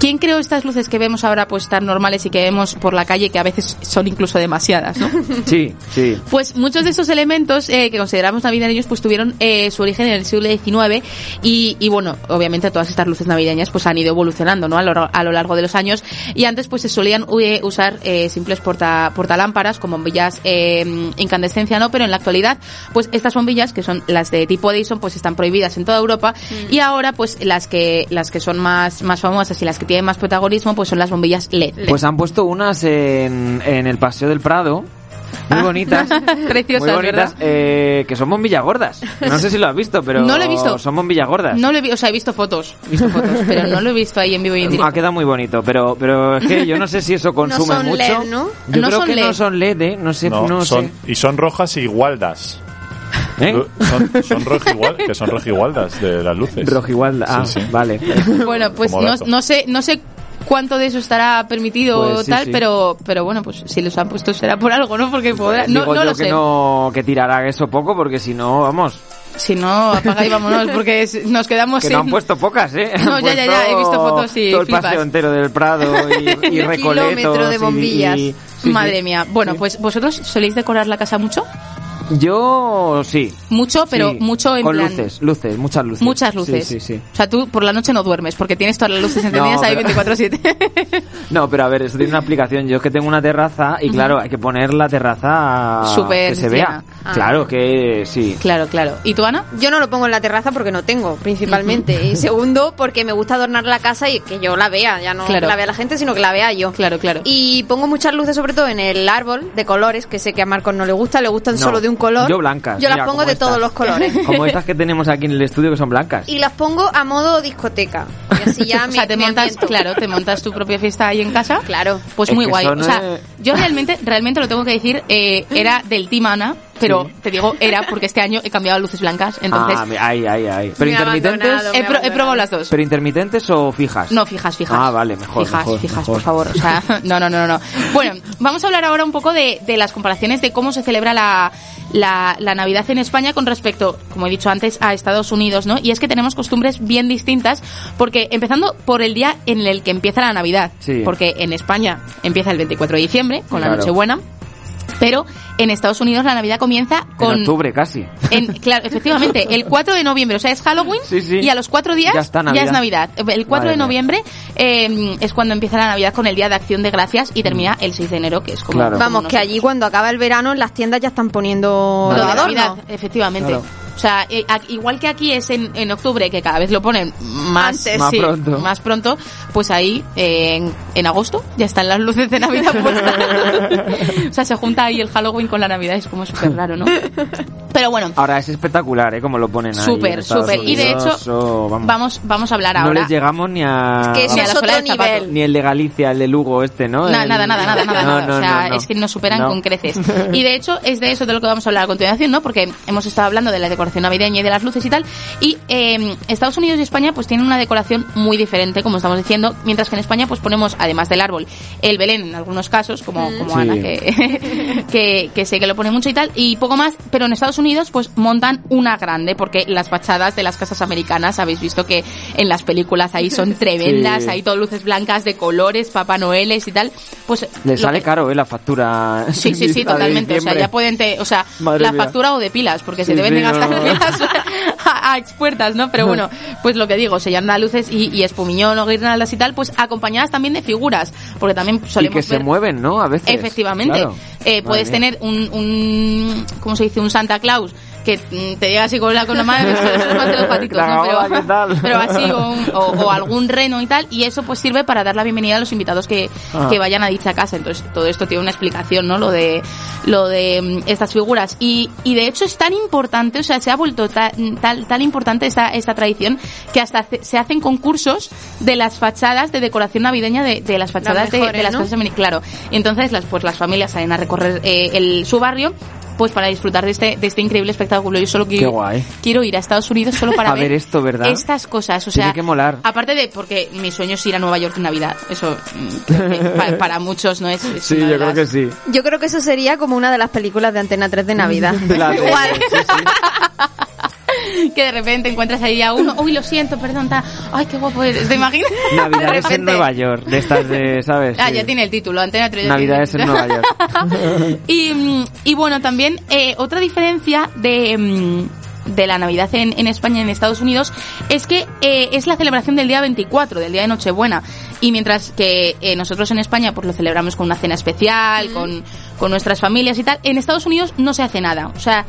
Speaker 7: ¿quién creó estas luces que vemos ahora pues tan normales y que vemos por la calle que a veces son incluso demasiadas, ¿no?
Speaker 2: Sí, sí.
Speaker 7: Pues muchos de esos elementos eh, que consideramos navideños pues tuvieron eh, su origen en el siglo XIX y, y, bueno, obviamente todas estas luces navideñas pues han ido evolucionando ¿no? a, lo, a lo largo de los años y antes pues se solían eh, usar eh, simples porta, portalámparas con bombillas eh, incandescencia, ¿no? Pero en la actualidad pues estas bombillas que son las de tipo Edison pues están prohibidas en toda Europa y ahora pues las que las que son más, más famosas y las que tienen más protagonismo pues son las bombillas LED.
Speaker 2: Pues han puesto unas en, en el Paseo del Prado. Muy
Speaker 7: <laughs>
Speaker 2: bonitas,
Speaker 7: Preciosas,
Speaker 2: muy bonitas,
Speaker 7: Ah, ¿verdad?
Speaker 2: eh, que son bombillas gordas. No sé si lo has visto, pero
Speaker 7: No lo he visto.
Speaker 2: son bombillas gordas.
Speaker 7: No lo he vi- o sea, he visto fotos, he
Speaker 2: <laughs>
Speaker 7: visto fotos, pero no lo he visto ahí en vivo y en
Speaker 2: Ha
Speaker 7: directo.
Speaker 2: quedado muy bonito, pero, pero es que yo no sé si eso consume
Speaker 7: son
Speaker 2: mucho.
Speaker 7: LED, ¿no?
Speaker 2: Yo
Speaker 7: No
Speaker 2: creo
Speaker 7: son
Speaker 2: que
Speaker 7: LED.
Speaker 2: no son LED, ¿eh? no sé, no,
Speaker 4: No, son,
Speaker 2: sé.
Speaker 4: y son rojas igualdas.
Speaker 2: ¿Eh?
Speaker 4: Lo- Son, son rojigual- que son rojigualdas de las luces.
Speaker 2: Rojigualdas, ah, vale.
Speaker 7: <laughs> Bueno, pues
Speaker 4: Como
Speaker 7: no,
Speaker 4: dato.
Speaker 7: no sé, no sé cuánto de eso estará permitido
Speaker 2: Pues sí,
Speaker 7: o tal,
Speaker 2: sí.
Speaker 7: pero pero bueno, pues si los han puesto será por algo, ¿no? Porque podrá, no,
Speaker 2: Digo
Speaker 7: no
Speaker 2: yo
Speaker 7: lo
Speaker 2: que
Speaker 7: sé.
Speaker 2: no que tirará eso poco porque si no, vamos,
Speaker 7: Si no, apaga y vámonos, porque es- nos quedamos
Speaker 2: que
Speaker 7: sin...
Speaker 2: no han puesto pocas, ¿eh?
Speaker 7: Pues No,
Speaker 2: Han
Speaker 7: ya, ya, ya, he
Speaker 2: puesto
Speaker 7: visto fotos y
Speaker 2: todo el
Speaker 7: flipas.
Speaker 2: paseo entero del Prado
Speaker 7: <laughs>
Speaker 2: y, y
Speaker 7: Un
Speaker 2: Recoletos
Speaker 7: kilómetro de
Speaker 2: y-
Speaker 7: bombillas.
Speaker 2: y- sí,
Speaker 7: Madre
Speaker 2: sí.
Speaker 7: mía. Bueno, pues vosotros soléis decorar la casa mucho,
Speaker 2: Yo sí.
Speaker 7: mucho, pero
Speaker 2: Sí,
Speaker 7: mucho en
Speaker 2: con
Speaker 7: plan.
Speaker 2: luces, luces, muchas luces.
Speaker 7: Muchas luces.
Speaker 2: Sí, sí, sí.
Speaker 7: O sea, tú por la noche no duermes porque tienes todas las luces
Speaker 2: No,
Speaker 7: encendidas ahí
Speaker 2: pero-
Speaker 7: 24/7.
Speaker 2: No, pero a ver, eso tiene una aplicación. Yo es que tengo una terraza y claro, hay que poner la terraza
Speaker 7: Súper
Speaker 2: que se
Speaker 7: llena.
Speaker 2: vea.
Speaker 7: Ah.
Speaker 2: Claro que
Speaker 7: <laughs>
Speaker 2: sí.
Speaker 7: Claro, claro. ¿Y tú, Ana?
Speaker 3: Yo no lo pongo en la terraza porque no tengo, principalmente. y segundo, porque me gusta adornar la casa y que yo la vea. Ya no
Speaker 7: Claro.
Speaker 3: que la vea la gente, sino que la vea yo.
Speaker 7: Claro, claro.
Speaker 3: Y pongo muchas luces, sobre todo en el árbol de colores, que sé que a Marcos no le gusta, le gustan
Speaker 2: No,
Speaker 3: solo de un color.
Speaker 2: yo blancas,
Speaker 3: Yo las
Speaker 2: mira,
Speaker 3: pongo
Speaker 2: como
Speaker 3: de
Speaker 2: estas.
Speaker 3: todos los colores.
Speaker 2: <laughs> Como estas que tenemos aquí en el estudio que son blancas.
Speaker 3: Y las pongo a modo discoteca. Y así ya
Speaker 7: o <laughs>
Speaker 3: me,
Speaker 7: sea, te
Speaker 3: me
Speaker 7: montas,
Speaker 3: ambiento.
Speaker 7: claro, te montas tu propia fiesta ahí en casa.
Speaker 3: Claro.
Speaker 7: Pues
Speaker 2: Es
Speaker 7: muy
Speaker 2: que
Speaker 7: guay.
Speaker 2: son,
Speaker 7: O sea,
Speaker 2: eh,
Speaker 7: yo realmente, realmente lo tengo que decir, eh,
Speaker 3: <laughs>
Speaker 7: era del Team Ana, pero te digo era porque este año he cambiado a luces blancas, entonces
Speaker 2: Ah, mi- ay, ay, ay. Pero
Speaker 3: Me ha
Speaker 2: intermitentes.
Speaker 3: abandonado.
Speaker 7: he, pro- he
Speaker 3: abandonado.
Speaker 7: probado las dos.
Speaker 2: Pero intermitentes o fijas.
Speaker 7: No, fijas, fijas.
Speaker 2: Ah, vale, mejor.
Speaker 7: Fijas,
Speaker 2: mejor,
Speaker 7: fijas,
Speaker 2: mejor.
Speaker 7: por favor. <laughs> O sea, no, no,
Speaker 3: <laughs>
Speaker 7: no, no. no. Bueno, vamos a hablar ahora un poco de, de las comparaciones de cómo se celebra la, la, la Navidad en España con respecto, como he dicho antes, a Estados Unidos, ¿no? Y es que tenemos costumbres bien distintas, porque empezando por el día en el que empieza la Navidad.
Speaker 2: Sí.
Speaker 7: Porque en España empieza el 24 de diciembre, con la
Speaker 2: Claro.
Speaker 7: Nochebuena. Pero en Estados Unidos la Navidad comienza
Speaker 2: En
Speaker 7: con.
Speaker 2: octubre casi.
Speaker 7: En- claro, efectivamente, el 4 de noviembre, o sea, es Halloween
Speaker 2: Sí, sí.
Speaker 7: y a los cuatro días
Speaker 2: Ya está Navidad.
Speaker 7: es Navidad. El 4
Speaker 2: Madre
Speaker 7: de
Speaker 2: mía.
Speaker 7: noviembre eh, es cuando empieza la Navidad con el Día de Acción de Gracias y termina el 6 de enero, que es como...
Speaker 2: Mm. Claro.
Speaker 7: como
Speaker 3: Vamos, que
Speaker 7: nosotros.
Speaker 3: allí cuando acaba el verano las tiendas ya están poniendo
Speaker 7: Lo de
Speaker 3: los adornos.
Speaker 7: Navidad, efectivamente.
Speaker 2: Claro.
Speaker 7: O sea, eh, a- igual que aquí es en, en octubre, que cada vez lo ponen más,
Speaker 3: Antes,
Speaker 2: Más
Speaker 7: sí,
Speaker 2: pronto.
Speaker 7: más pronto, pues ahí eh, en, en agosto ya están las luces
Speaker 2: <laughs>
Speaker 7: de Navidad puestas. <laughs> o sea, se junta ahí el Halloween con la Navidad, es como súper raro, ¿no? Pero bueno,
Speaker 2: Ahora es espectacular, ¿eh? Como lo ponen ahí. en
Speaker 7: Súper,
Speaker 2: Estados
Speaker 7: súper. Y de
Speaker 2: Unidos,
Speaker 7: hecho,
Speaker 2: o- vamos.
Speaker 7: vamos, vamos a hablar
Speaker 2: No
Speaker 7: ahora.
Speaker 2: les llegamos ni a.
Speaker 3: Que eso
Speaker 7: Mira, la sola
Speaker 3: es otro
Speaker 7: del zapato.
Speaker 3: nivel.
Speaker 2: Ni el de Galicia, el de Lugo este, ¿no?
Speaker 7: Na-
Speaker 2: El-
Speaker 7: Nada, nada, nada,
Speaker 2: <laughs> No,
Speaker 7: nada, nada.
Speaker 2: no,
Speaker 7: o sea,
Speaker 2: no, no.
Speaker 7: es que nos superan
Speaker 2: No. <laughs>
Speaker 7: con creces. Y de hecho, es de eso de lo que vamos a hablar a continuación, ¿no? Porque hemos estado hablando de la decoración navideña y de las luces y tal. Y eh, Estados Unidos y España, pues tienen una decoración muy diferente, como estamos diciendo. Mientras que en España, pues ponemos, además del árbol, el belén en algunos casos, como, como
Speaker 2: Sí.
Speaker 7: Ana, que, <laughs> que, que sé que lo pone mucho y tal. Y poco más. Pero en Estados Unidos, pues montan una grande, porque las fachadas de las casas americanas, habéis visto que en las películas ahí son
Speaker 2: <laughs>
Speaker 7: tremendas,
Speaker 2: Sí.
Speaker 7: ahí todo luces blancas de colores, Papá Noeles y tal. Pues
Speaker 2: Le
Speaker 7: lo
Speaker 2: sale
Speaker 7: que-
Speaker 2: caro, ¿eh? La factura.
Speaker 7: Sí, sí, sí,
Speaker 2: la <laughs> de
Speaker 7: totalmente. O sea,
Speaker 2: diciembre.
Speaker 7: ya pueden, te- o sea,
Speaker 2: Madre
Speaker 7: la
Speaker 2: mía.
Speaker 7: factura o de pilas, porque se
Speaker 2: Sí,
Speaker 7: deben de
Speaker 2: sí, no,
Speaker 7: gastar
Speaker 2: no, no.
Speaker 7: pilas <laughs> a, a expuertas, ¿no?
Speaker 2: <laughs>
Speaker 7: Pero bueno, pues lo que digo, se llaman luces y, y espumiñón o guirnaldas y tal, pues acompañadas también de figuras, porque también
Speaker 2: Y
Speaker 7: solemos
Speaker 2: que se
Speaker 7: ver-
Speaker 2: mueven, ¿no? A veces.
Speaker 7: Efectivamente.
Speaker 2: Claro.
Speaker 7: Eh, puedes
Speaker 2: Madre mía.
Speaker 7: tener un, un, ¿cómo se dice? Un Santa Claus que mm, te llega así con la, con la <laughs> mano, solo los dos patitos,
Speaker 2: La
Speaker 7: ¿no?
Speaker 2: gaola,
Speaker 7: pero,
Speaker 2: ¿qué tal?
Speaker 7: pero así, o, un- o- o algún reno y tal, y eso pues sirve para dar la bienvenida a los invitados que,
Speaker 3: Ah.
Speaker 7: que vayan a dicha casa. Entonces, todo esto tiene una explicación, ¿no? Lo de, lo de mm, estas figuras. Y, y de hecho es tan importante, o sea, se ha vuelto ta- mm, tal, tal importante esta, esta tradición que hasta hace- se hacen concursos de las fachadas de decoración navideña de, de las fachadas de- de,
Speaker 3: mejores,
Speaker 7: las
Speaker 3: ¿no?
Speaker 7: casas Dominic, claro. Entonces, las, pues las familias salen a recorrer eh, el, su barrio pues para disfrutar de este, de este increíble espectáculo. Yo solo
Speaker 2: Qué
Speaker 7: quiero,
Speaker 2: guay.
Speaker 7: quiero ir a Estados Unidos solo para
Speaker 2: <laughs> a ver esto, ¿verdad?
Speaker 7: estas cosas. O
Speaker 2: Tiene
Speaker 7: sea,
Speaker 2: que molar.
Speaker 7: aparte de porque mi sueño es ir a Nueva York en Navidad. Eso mm, creo que pa- para, muchos no es.
Speaker 2: <laughs>
Speaker 7: es
Speaker 2: Sí,
Speaker 7: una de
Speaker 2: yo creo
Speaker 7: las-
Speaker 2: que sí.
Speaker 3: Yo creo que eso sería como una de las películas de Antena 3 de
Speaker 2: <laughs>
Speaker 3: Navidad.
Speaker 2: De la- de-
Speaker 3: Igual.
Speaker 7: que de repente encuentras ahí a uno, uy, lo siento, perdón, ta- ay, qué guapo eres, ¿te imaginas? <laughs> de
Speaker 2: Navidades en
Speaker 7: repente,
Speaker 2: Nueva York, de estas de, ¿sabes?
Speaker 7: ah,
Speaker 2: Sí.
Speaker 7: ya tiene el título, Antena 3. ya tiene el
Speaker 2: Navidades en
Speaker 7: título.
Speaker 2: Nueva York.
Speaker 7: <laughs> Y, mm, y bueno, también eh, otra diferencia de, mm, de la Navidad en, en España y en Estados Unidos es que eh, es la celebración del día 24, del día de Nochebuena. Y mientras que eh, nosotros en España pues lo celebramos con una cena especial, con, con nuestras familias y tal, en Estados Unidos no se hace nada. O sea,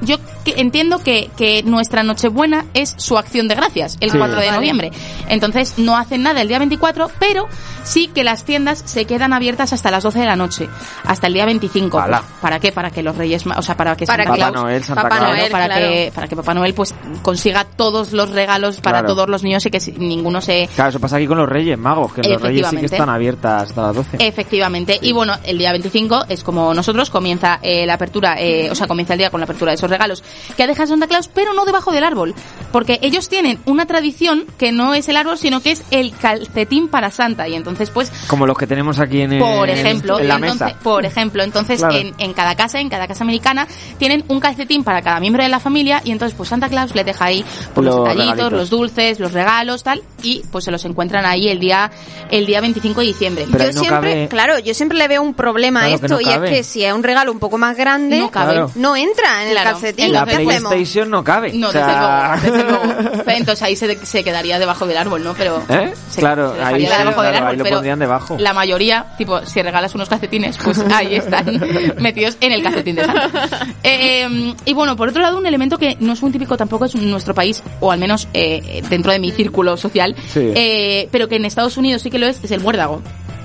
Speaker 7: yo que- entiendo que, que nuestra Nochebuena es su acción de gracias, el
Speaker 3: Sí.
Speaker 7: 4 de
Speaker 3: Vale.
Speaker 7: noviembre. Entonces no hacen nada el día 24, pero sí que las tiendas se quedan abiertas hasta las 12 de la noche, hasta el día 25.
Speaker 2: Ala.
Speaker 7: ¿Para qué? Para que los reyes, ma- o sea, para que
Speaker 2: Para
Speaker 7: Santa
Speaker 2: que- Papá
Speaker 7: Claus-
Speaker 2: Noel, Santa
Speaker 7: Papá
Speaker 2: Claus.
Speaker 7: Noel, para,
Speaker 2: Claro.
Speaker 7: que, para que Papá Noel pues consiga todos los regalos para
Speaker 2: Claro.
Speaker 7: todos los niños y que si- ninguno se,
Speaker 2: Claro, eso pasa aquí con los Reyes Magos, que los Reyes sí que
Speaker 7: Efectivamente.
Speaker 2: están abiertas hasta las 12.
Speaker 7: Efectivamente. Y bueno, el día 25 es como nosotros, comienza eh, la apertura, eh, o sea, comienza el día con la apertura de esos regalos que deja Santa Claus, pero no debajo del árbol. Porque ellos tienen una tradición que no es el árbol, sino que es el calcetín para Santa. Y entonces, pues,
Speaker 2: Como los que tenemos aquí Mm, en, el-
Speaker 7: por ejemplo,
Speaker 2: en la
Speaker 7: entonces,
Speaker 2: mesa.
Speaker 7: Por ejemplo, entonces
Speaker 2: Claro.
Speaker 7: en, en cada casa, en cada casa americana, tienen un calcetín para cada miembro de la familia y entonces pues Santa Claus le deja ahí pues, los,
Speaker 2: Los
Speaker 7: detallitos,
Speaker 2: regalitos.
Speaker 7: los dulces, los regalos, tal, y pues se los encuentran ahí el día el día 25 de diciembre.
Speaker 2: Pero ahí no
Speaker 3: siempre, claro, yo siempre le veo un problema a
Speaker 7: Claro que
Speaker 3: esto
Speaker 7: no
Speaker 3: y es
Speaker 7: cabe.
Speaker 3: <laughs> que si es un regalo un poco más grande,
Speaker 7: No cabe. Claro.
Speaker 3: no entra en
Speaker 7: Claro.
Speaker 3: el calcetín.
Speaker 2: la
Speaker 3: ¿Qué hacemos?
Speaker 2: PlayStation no cabe.
Speaker 7: No,
Speaker 2: o sea, <laughs> ¿eh?
Speaker 7: Pero <laughs> Entonces ahí se, de- se quedaría debajo del árbol, ¿no? Pero
Speaker 2: ¿eh? Claro,
Speaker 7: se
Speaker 2: ahí,
Speaker 7: dejaría
Speaker 2: sí,
Speaker 7: debajo del
Speaker 2: claro,
Speaker 7: árbol,
Speaker 2: ahí lo
Speaker 7: pero
Speaker 2: pondrían debajo.
Speaker 7: la mayoría, tipo, si regalas unos calcetines,
Speaker 2: <laughs>
Speaker 7: pues ahí están metidos en el calcetín de Santa. Eh, y bueno, por otro lado, un elemento que no es muy típico tampoco es en nuestro país, o al menos eh, dentro de mi círculo social,
Speaker 2: Sí.
Speaker 7: eh, pero que en Estados Unidos sí que lo es, es el muérdago.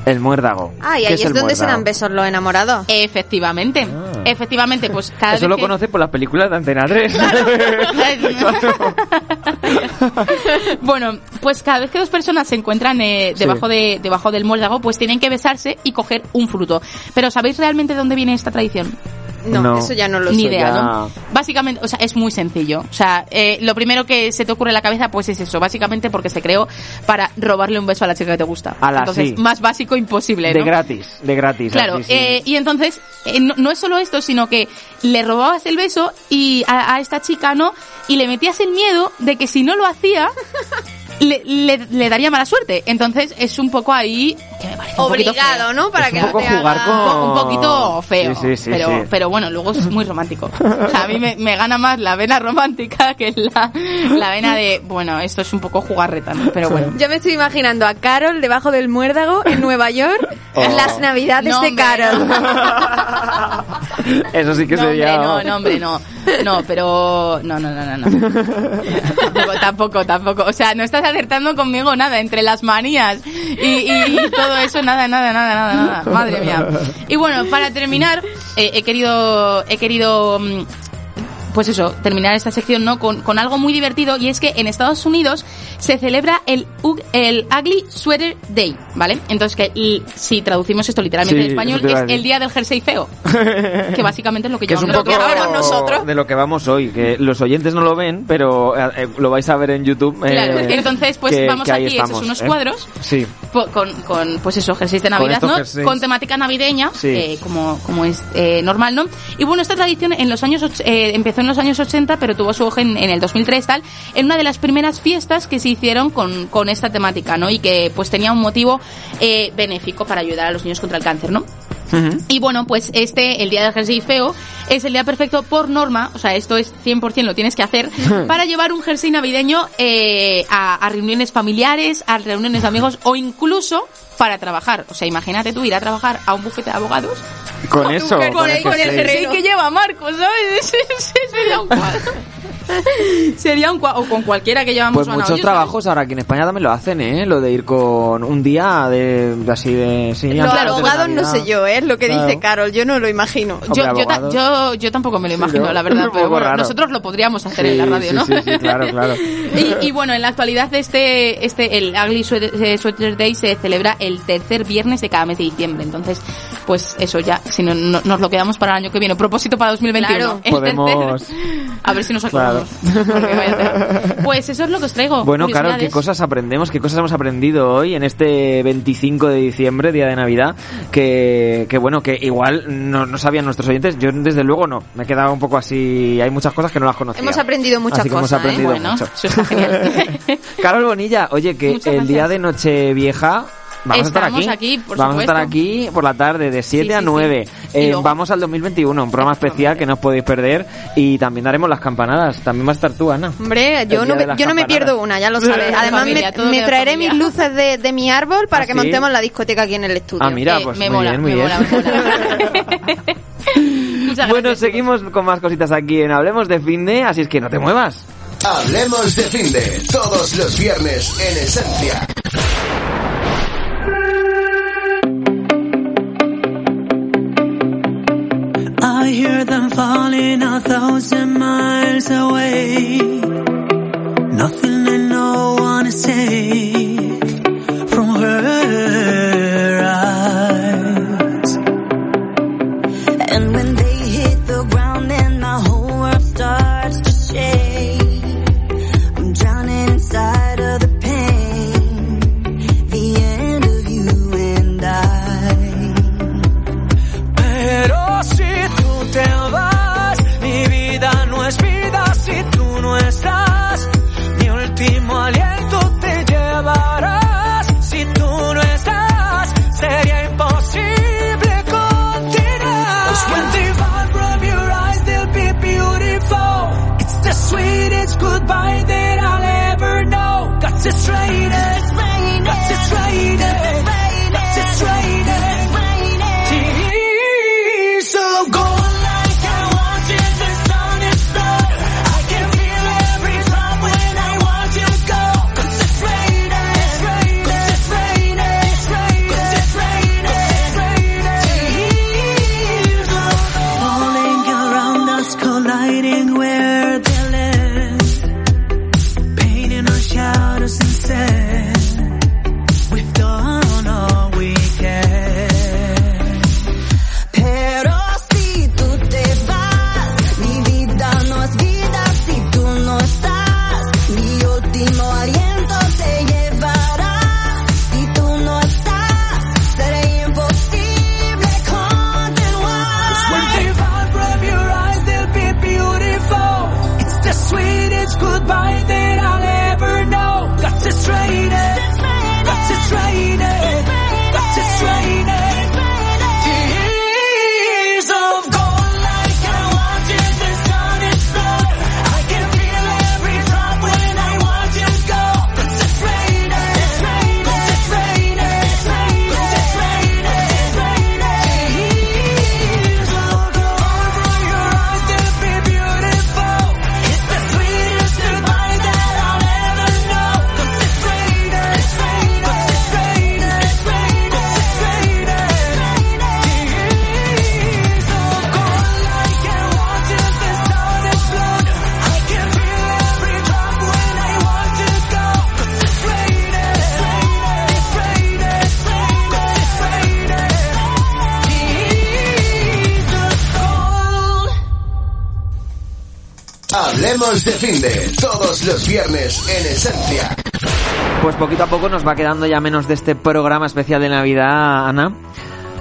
Speaker 2: El muérdago.
Speaker 3: Ah, y
Speaker 2: ¿Qué
Speaker 3: ahí
Speaker 2: es
Speaker 3: es,
Speaker 2: el
Speaker 3: donde se
Speaker 2: muérdago? Ah.
Speaker 3: dan besos los enamorados.
Speaker 7: Efectivamente, efectivamente,
Speaker 2: <laughs>
Speaker 7: pues cada
Speaker 2: Eso
Speaker 7: vez
Speaker 2: lo
Speaker 7: que-
Speaker 2: conoces por las películas de Antena 3.
Speaker 7: <laughs> bueno, pues cada vez que dos personas se encuentran eh,
Speaker 2: Sí.
Speaker 7: debajo, de, debajo del muérdago, pues tienen que besarse y coger un fruto. Pero ¿sabéis realmente de dónde viene esta tradición?
Speaker 3: No, No. eso ya no lo
Speaker 7: Ni
Speaker 3: sé.
Speaker 7: idea,
Speaker 3: Ya-
Speaker 7: ¿no? Básicamente, o sea, es muy sencillo. O sea, eh, lo primero que se te ocurre en la cabeza, pues es eso. Básicamente porque se creó para robarle un beso a la chica que te gusta.
Speaker 2: Ala,
Speaker 7: Entonces,
Speaker 2: sí.
Speaker 7: más básico imposible,
Speaker 2: <laughs> De
Speaker 7: ¿no?
Speaker 2: gratis, de gratis.
Speaker 7: Claro,
Speaker 2: así, sí.
Speaker 7: eh, y entonces eh, no, no es solo esto, sino que le robabas el beso y a, a esta chica no, y le metías el miedo de que si no lo
Speaker 2: <laughs>
Speaker 7: hacía le, le- le daría mala suerte. Entonces es un poco ahí que me parece un poquito
Speaker 3: Obligado,
Speaker 7: feo.
Speaker 3: ¿no? Para Es que un no poco te haga- jugar con-
Speaker 7: un poquito feo,
Speaker 2: Sí, sí, sí,
Speaker 7: pero
Speaker 2: sí.
Speaker 7: pero bueno luego es muy
Speaker 2: <laughs>
Speaker 7: romántico. O sea, a mí me, me gana más la vena romántica que la, la vena de bueno esto es un poco jugarreta, ¿no? pero bueno.
Speaker 3: Ya me estoy imaginando a Carol debajo del muérdago
Speaker 7: <laughs>
Speaker 3: en Nueva York
Speaker 7: Oh.
Speaker 3: en las navidades
Speaker 7: No,
Speaker 3: de
Speaker 7: hombre,
Speaker 3: Carol. <laughs>
Speaker 2: Eso sí que
Speaker 7: no,
Speaker 2: sería.
Speaker 7: Hombre, no, no, hombre, no. No, pero. No, no, no, no. no. tampoco, tampoco, tampoco. O sea, no estás acertando conmigo nada. Entre las manías y, y- y todo eso, nada, nada, nada, nada, nada. Ah, Madre mía. Y bueno, para terminar, eh, he querido. He querido. mm, Pues eso, terminar esta sección ¿no? con, con algo muy divertido y es que en Estados Unidos se celebra el, Ug- el Ugly Sweater Day, ¿vale? Entonces, que l- si traducimos esto literalmente
Speaker 2: Sí,
Speaker 7: en español,
Speaker 2: eso te iba a
Speaker 7: es
Speaker 2: decir.
Speaker 7: el día del
Speaker 2: <laughs>
Speaker 7: jersey feo, que básicamente es lo que
Speaker 2: Que es
Speaker 7: yo
Speaker 2: un
Speaker 7: creo
Speaker 2: poco
Speaker 7: que hablamos nosotros.
Speaker 2: de lo que vamos hoy, que los oyentes no lo ven, pero eh, eh, lo vais a ver en YouTube. eh,
Speaker 7: Claro, entonces, pues,
Speaker 2: que-
Speaker 7: vamos
Speaker 2: que ahí
Speaker 7: aquí, hechos
Speaker 2: estamos,
Speaker 7: unos
Speaker 2: ¿eh?
Speaker 7: cuadros.
Speaker 2: Sí.
Speaker 7: Po- con, con, pues eso, jerseys de
Speaker 2: Con
Speaker 7: Navidad,
Speaker 2: estos
Speaker 7: ¿no?
Speaker 2: jerseys.
Speaker 7: Con temática navideña,
Speaker 2: Sí.
Speaker 7: eh, como, como es eh, normal, ¿no? Y bueno, esta tradición en los años och- eh, empezó en los años 80, pero tuvo su auge en, en el 2003, tal, en una de las primeras fiestas que se hicieron con, con esta temática, ¿no? Y que pues tenía un motivo eh, benéfico para ayudar a los niños contra el cáncer, ¿no? Y bueno, pues este, el día del jersey feo, es el día perfecto por norma, o sea, esto es 100% lo tienes
Speaker 2: <laughs>
Speaker 7: que hacer, para llevar un jersey navideño eh, a, a reuniones familiares, a reuniones de amigos o incluso para trabajar. O sea, imagínate tú ir a trabajar a un bufete de abogados <laughs>
Speaker 2: Con eso.
Speaker 7: Con,
Speaker 2: con
Speaker 7: el, con el
Speaker 2: jersey.
Speaker 7: jersey que lleva Marcos, ¿sabes? Ese- ese Sería
Speaker 2: <laughs>
Speaker 7: un cuadro. Sería un cuadro. O con cualquiera que llevamos
Speaker 2: Pues
Speaker 7: Juana
Speaker 2: muchos
Speaker 7: Hoyos, ¿sabes?
Speaker 2: trabajos ahora aquí en España también lo hacen, ¿eh? Lo de ir con un día de, de así de... Sí,
Speaker 3: Los
Speaker 2: antes de la
Speaker 3: abogados no
Speaker 2: Navidad.
Speaker 3: sé yo, ¿eh? es lo que
Speaker 2: Claro.
Speaker 3: dice Carol, yo no lo imagino.
Speaker 2: Hombre,
Speaker 7: Yo, yo, ta-
Speaker 2: abogados.
Speaker 7: yo, yo tampoco me lo imagino,
Speaker 2: ¿no?
Speaker 7: la
Speaker 2: <laughs>
Speaker 7: verdad,
Speaker 2: Un
Speaker 7: pero
Speaker 2: poco
Speaker 7: bueno,
Speaker 2: raro.
Speaker 7: nosotros lo podríamos hacer en la
Speaker 2: Sí,
Speaker 7: radio,
Speaker 2: sí,
Speaker 7: ¿no?
Speaker 2: Sí, sí, claro,
Speaker 7: <laughs>
Speaker 2: claro.
Speaker 7: Y, y bueno, en la actualidad este, este el Ugly Sweater, eh, Sweater Day se celebra el tercer viernes de cada mes de diciembre. Entonces, pues eso ya, si no, no- nos lo quedamos para el año que viene. Propósito para 2021.
Speaker 2: Claro.
Speaker 7: el <laughs>
Speaker 2: Podemos-
Speaker 7: tercer- a ver si nos
Speaker 2: Claro.
Speaker 7: acordamos. Porque vaya tela. Pues eso es lo que os traigo.
Speaker 2: Bueno, Carol, ¿qué
Speaker 7: curiosidades.
Speaker 2: cosas aprendemos? ¿Qué cosas hemos aprendido hoy en este 25 de diciembre, día de Navidad? Que, que bueno, que igual no, no sabían nuestros oyentes. Yo, desde luego, no. Me he quedado un poco así. Hay muchas cosas que no las conocía.
Speaker 3: Hemos aprendido muchas
Speaker 2: Así que hemos
Speaker 3: cosas, ¿eh?
Speaker 2: aprendido
Speaker 3: Bueno,
Speaker 2: mucho.
Speaker 7: eso está genial.
Speaker 2: <laughs> Carol Bonilla, oye, que
Speaker 7: Muchas
Speaker 2: el día
Speaker 7: gracias.
Speaker 2: de Nochevieja vamos a estar
Speaker 7: Estamos
Speaker 2: aquí.
Speaker 7: aquí, por
Speaker 2: vamos a estar
Speaker 7: supuesto.
Speaker 2: aquí por la tarde de 7
Speaker 7: Sí,
Speaker 2: a
Speaker 7: sí,
Speaker 2: 9.
Speaker 7: sí. Y
Speaker 2: Eh,
Speaker 7: luego-
Speaker 2: vamos al 2021, un programa especial que no os podéis perder y también daremos las campanadas. También va a estar tú, Ana.
Speaker 3: Hombre,
Speaker 2: El
Speaker 3: yo
Speaker 2: día
Speaker 3: no,
Speaker 2: de
Speaker 3: me,
Speaker 2: las
Speaker 3: yo no me
Speaker 2: campanadas.
Speaker 3: pierdo una, ya lo
Speaker 2: <laughs>
Speaker 3: sabes.
Speaker 7: Todo
Speaker 3: Además,
Speaker 7: familia,
Speaker 3: me,
Speaker 7: todo
Speaker 3: me
Speaker 7: de
Speaker 3: traeré
Speaker 7: familia.
Speaker 3: mis luces de, de mi árbol para
Speaker 2: ¿Ah,
Speaker 3: que
Speaker 2: sí?
Speaker 3: montemos la discoteca aquí en el estudio.
Speaker 2: Ah, mira,
Speaker 7: Eh,
Speaker 2: pues
Speaker 7: me
Speaker 2: muy
Speaker 7: mola,
Speaker 2: bien, muy
Speaker 7: me
Speaker 2: bien.
Speaker 7: mola, me Muchas
Speaker 2: bueno, seguimos con más cositas aquí en Hablemos de Finde, así es que no te muevas.
Speaker 1: Hablemos de Finde, todos los viernes en Esencia.
Speaker 9: I hear them falling a thousand miles away. Nothing I know wanna say from her eyes.
Speaker 12: And when they hit the ground, then my whole world starts to shake. I'm drowning inside of the pain, the end of you and I.
Speaker 9: Pero si tú te vas, mi vida no es vida si tú no estás. Mi último aliento te llevarás. Si tú no estás, sería imposible continuar. 'Cause when they fall from your eyes, they'll be beautiful. It's the sweetest goodbye that I'll ever know. Got to explain it. Got to explain it. Got to explain it. So go like I want it, the sun is stuck. I can feel every drop when I watch you go. Cause it's raining, it's raining, cause it's raining, it's raining, cause it's raining, it's raining. Falling around us, colliding where they land. Painting our shadows instead. We've done all we can.
Speaker 12: Pero si tú te vas, mi vida no es vida si tú no estás. Mi último aliento te llevará. Si tú no estás, será imposible continuar.
Speaker 9: When they fall from your eyes, they'll be beautiful. It's the sweetest goodbye that I'll ever know. Got to strain it. Got to strain it. Got to strain it. Tears of gold like I wanted the sun is stuck. I can feel every drop when I watch you go. Got to strain it. Got to strain it. Got to strain it. Tears of gold from your eyes, they'll be beautiful. It's the sweetest goodbye that I'll ever know. 'Cause it's raining, it's raining, 'cause it's raining, it's raining, 'cause it's raining. Tears of gold like I wanted the sun is blood. I can feel every drop when I want to go. 'Cause it's raining, it's raining, it's raining, it's raining, 'cause it's raining. Tears of gold.
Speaker 1: Hablemos de Finde, todos los viernes en Esencia.
Speaker 2: Pues poquito a poco nos va quedando ya menos de este programa especial de Navidad, Ana.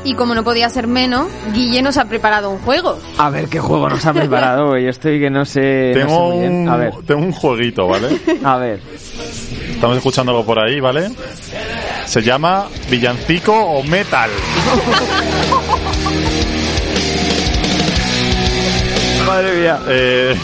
Speaker 3: Y como no podía ser menos, Guille nos ha preparado un juego.
Speaker 2: A ver qué juego nos ha
Speaker 4: <laughs>
Speaker 2: preparado hoy. Estoy que no sé. no
Speaker 4: Tengo,
Speaker 2: sé muy bien.
Speaker 4: un,
Speaker 2: A ver,
Speaker 4: tengo un jueguito, ¿vale?
Speaker 2: a ver.
Speaker 4: Estamos escuchando algo por ahí, ¿vale? Se llama Villancico o Metal.
Speaker 2: Madre mía.
Speaker 4: <laughs> ¿Qué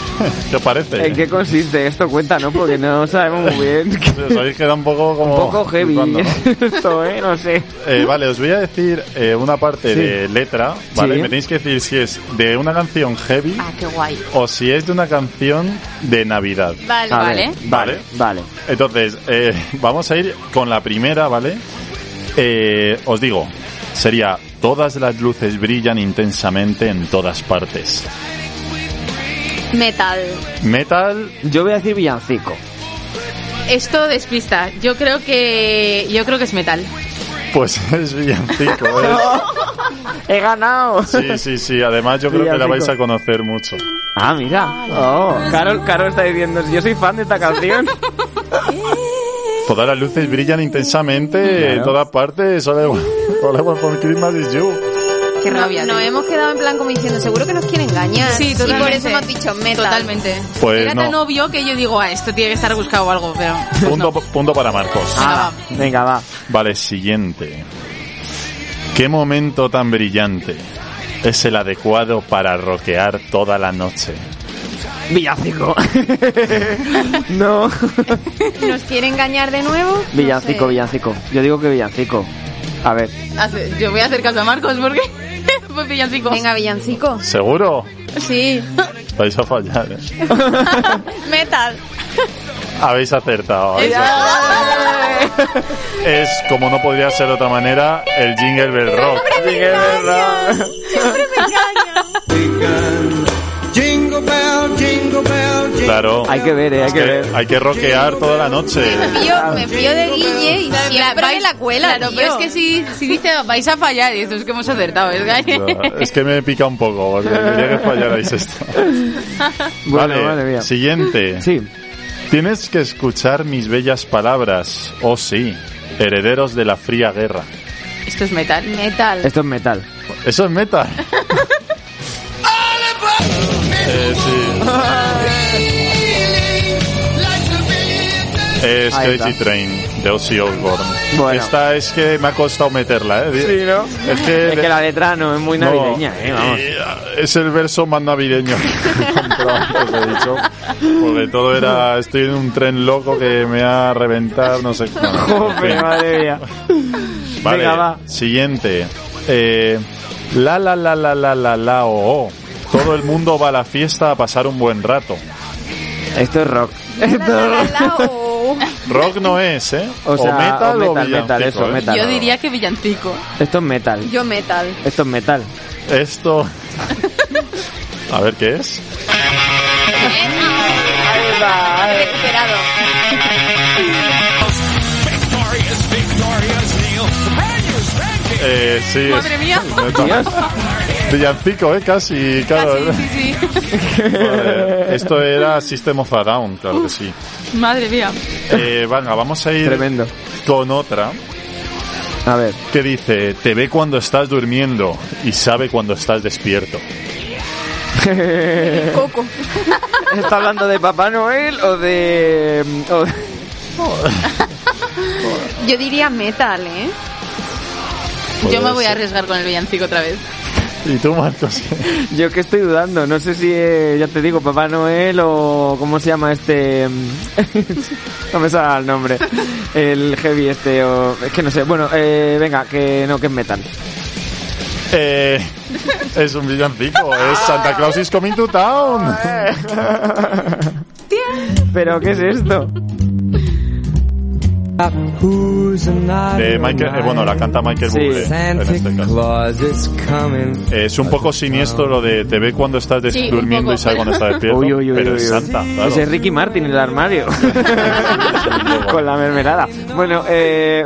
Speaker 4: os Eh, parece?
Speaker 2: ¿En qué consiste esto? Cuéntanos, porque no sabemos muy bien.
Speaker 4: Os habéis quedado un poco como...
Speaker 2: Un poco heavy
Speaker 4: flipando, ¿no?
Speaker 2: <laughs> esto, ¿eh? No sé.
Speaker 4: Eh, vale, os voy a decir eh, una parte
Speaker 2: Sí.
Speaker 4: de letra, ¿vale?
Speaker 2: Sí.
Speaker 4: Me tenéis que decir si es de una canción heavy
Speaker 7: Ah, qué guay.
Speaker 4: o si es de una canción de Navidad.
Speaker 7: Vale, A ver, vale.
Speaker 4: Vale.
Speaker 2: Vale.
Speaker 4: Entonces, eh, <laughs> vamos a ir con la primera, ¿vale? Eh, os digo, sería Todas las luces brillan intensamente en todas partes.
Speaker 3: Metal.
Speaker 4: Metal.
Speaker 2: Yo voy a decir villancico.
Speaker 7: Esto despista. Yo creo que yo creo que es metal.
Speaker 4: Pues <laughs> es villancico. ¿eh?
Speaker 2: <laughs> He ganado.
Speaker 4: Sí, sí, sí. Además, yo creo que la
Speaker 2: Villancico.
Speaker 4: vais a conocer mucho.
Speaker 2: Ah, mira. Oh, Carol, Carol está diciendo, yo soy fan de esta canción.
Speaker 4: Todas las luces brillan intensamente en
Speaker 2: Claro.
Speaker 4: todas partes. All I <laughs> want- all I want for Christmas is you.
Speaker 3: Qué rabia. Nos hemos quedado en plan como diciendo, seguro que nos quiere engañar.
Speaker 7: Sí,
Speaker 3: Y por
Speaker 7: totalmente.
Speaker 3: eso hemos dicho metal.
Speaker 7: Totalmente.
Speaker 4: Pues
Speaker 7: Era
Speaker 4: no.
Speaker 7: tan obvio que yo digo, ah, esto tiene que estar buscado o algo, pero
Speaker 4: Punto, punto para Marcos.
Speaker 7: Ah,
Speaker 2: venga, va.
Speaker 4: Vale, siguiente. Qué momento tan brillante. Es el adecuado para roquear toda la noche.
Speaker 2: Villancico. no.
Speaker 3: ¿Nos quiere engañar de nuevo? No
Speaker 2: Villancico,
Speaker 3: sé.
Speaker 2: villancico. Yo digo que villancico. A ver.
Speaker 7: hace- yo voy a hacer caso a Marcos porque <laughs> pues villancico.
Speaker 3: Venga, villancico.
Speaker 4: <laughs> ¿Seguro?
Speaker 3: Sí. <laughs>
Speaker 4: Vais a fallar. ¿eh?
Speaker 3: metal.
Speaker 4: Habéis acertado. habéis acertado. Es, como no podría ser de otra manera, el Jingle Bell Rock.
Speaker 11: Jingle bell, jingle bell, jingle
Speaker 4: Claro.
Speaker 2: Hay que ver, eh, hay
Speaker 4: Es
Speaker 2: que ver.
Speaker 4: Hay que roquear toda la noche.
Speaker 3: Yo me fío de Guille y siempre me la cuela,
Speaker 7: Claro,
Speaker 3: tío.
Speaker 7: pero es que si, si dice vais a fallar, y eso es que hemos acertado, es que-
Speaker 4: Es que me pica un poco, porque quería que fallarais esto.
Speaker 2: <laughs> Bueno,
Speaker 4: vale,
Speaker 2: madre mía.
Speaker 4: siguiente.
Speaker 2: Sí.
Speaker 4: Tienes que escuchar mis bellas palabras. Oh, sí. Herederos de la fría guerra.
Speaker 7: <laughs> Esto es metal.
Speaker 3: Metal.
Speaker 2: Esto es metal.
Speaker 4: Eso es
Speaker 2: <laughs>
Speaker 4: meta. Eh, sí. Es
Speaker 2: Ahí
Speaker 4: Crazy Train de Ozzy Osbourne.
Speaker 2: Bueno.
Speaker 4: Esta es que me ha costado meterla, ¿eh?
Speaker 2: Sí, ¿no?
Speaker 4: Es que,
Speaker 2: Es que la letra no es muy
Speaker 4: no,
Speaker 2: navideña, eh, vamos.
Speaker 4: eh, es el verso más
Speaker 2: <laughs>
Speaker 4: navideño que he encontrado, os he dicho. Porque todo era, estoy en un tren loco que me ha reventado, no sé. bueno, en
Speaker 2: Joder,
Speaker 4: fin. <laughs>
Speaker 2: madre mía.
Speaker 4: Vale,
Speaker 2: Venga, va.
Speaker 4: siguiente. Eh, la la la la la la la o o. Todo el mundo va a la fiesta a pasar un buen rato.
Speaker 2: Esto es rock. Esto es rock.
Speaker 4: Rock no es, ¿eh?
Speaker 2: O sea,
Speaker 4: metal
Speaker 2: o
Speaker 4: o,
Speaker 2: metal, metal,
Speaker 4: villancico,
Speaker 2: eso,
Speaker 4: ¿eh?
Speaker 2: metal.
Speaker 7: Yo diría que villancico.
Speaker 2: Esto es metal.
Speaker 3: Yo metal.
Speaker 2: Esto es metal.
Speaker 4: Esto... Pues A ver qué es.
Speaker 3: Esperado.
Speaker 4: Eh, sí,
Speaker 7: Madre
Speaker 4: es-
Speaker 7: mía.
Speaker 2: Dios.
Speaker 4: Villancico, ¿eh? Casi, claro.
Speaker 7: Casi, sí,
Speaker 4: Joder, Esto era System of a Down, claro que sí.
Speaker 7: sí. Madre mía.
Speaker 4: Eh, venga, vamos a ir
Speaker 2: Tremendo.
Speaker 4: con otra
Speaker 2: A ver.
Speaker 4: que dice, te ve cuando estás durmiendo y sabe cuando estás
Speaker 2: <laughs>
Speaker 4: despierto.
Speaker 3: Coco.
Speaker 2: ¿Está hablando de Papá Noel o de... o de-
Speaker 3: Yo diría metal, ¿eh?
Speaker 7: Yo me
Speaker 4: Joder,
Speaker 7: voy a
Speaker 4: sí.
Speaker 7: arriesgar con el villancico otra vez.
Speaker 4: ¿Y tú, Marcos?
Speaker 2: Yo que estoy dudando, no sé si, eh, ya te digo, Papá Noel o... ¿Cómo se llama este...? <laughs> no me sale el nombre. El heavy este o... Es que no sé. Bueno, eh, venga, que no, que es metal.
Speaker 4: Eh, es un villancico, es Santa Claus is coming to town.
Speaker 2: ¿Pero qué es esto?
Speaker 4: De Michael, eh, bueno, la canta Michael
Speaker 2: Sí.
Speaker 4: Bublé en este caso. Es un poco siniestro lo de te ve cuando estás des-
Speaker 7: Sí, un
Speaker 4: durmiendo
Speaker 7: poco.
Speaker 4: y sabe cuando estás despierto.
Speaker 2: Uy, uy, uy,
Speaker 4: pero
Speaker 2: uy,
Speaker 4: es
Speaker 2: uy.
Speaker 4: Santa, claro.
Speaker 2: Ese es Ricky Martin en
Speaker 4: <laughs>
Speaker 2: el armario. Con la mermelada. Bueno, eh...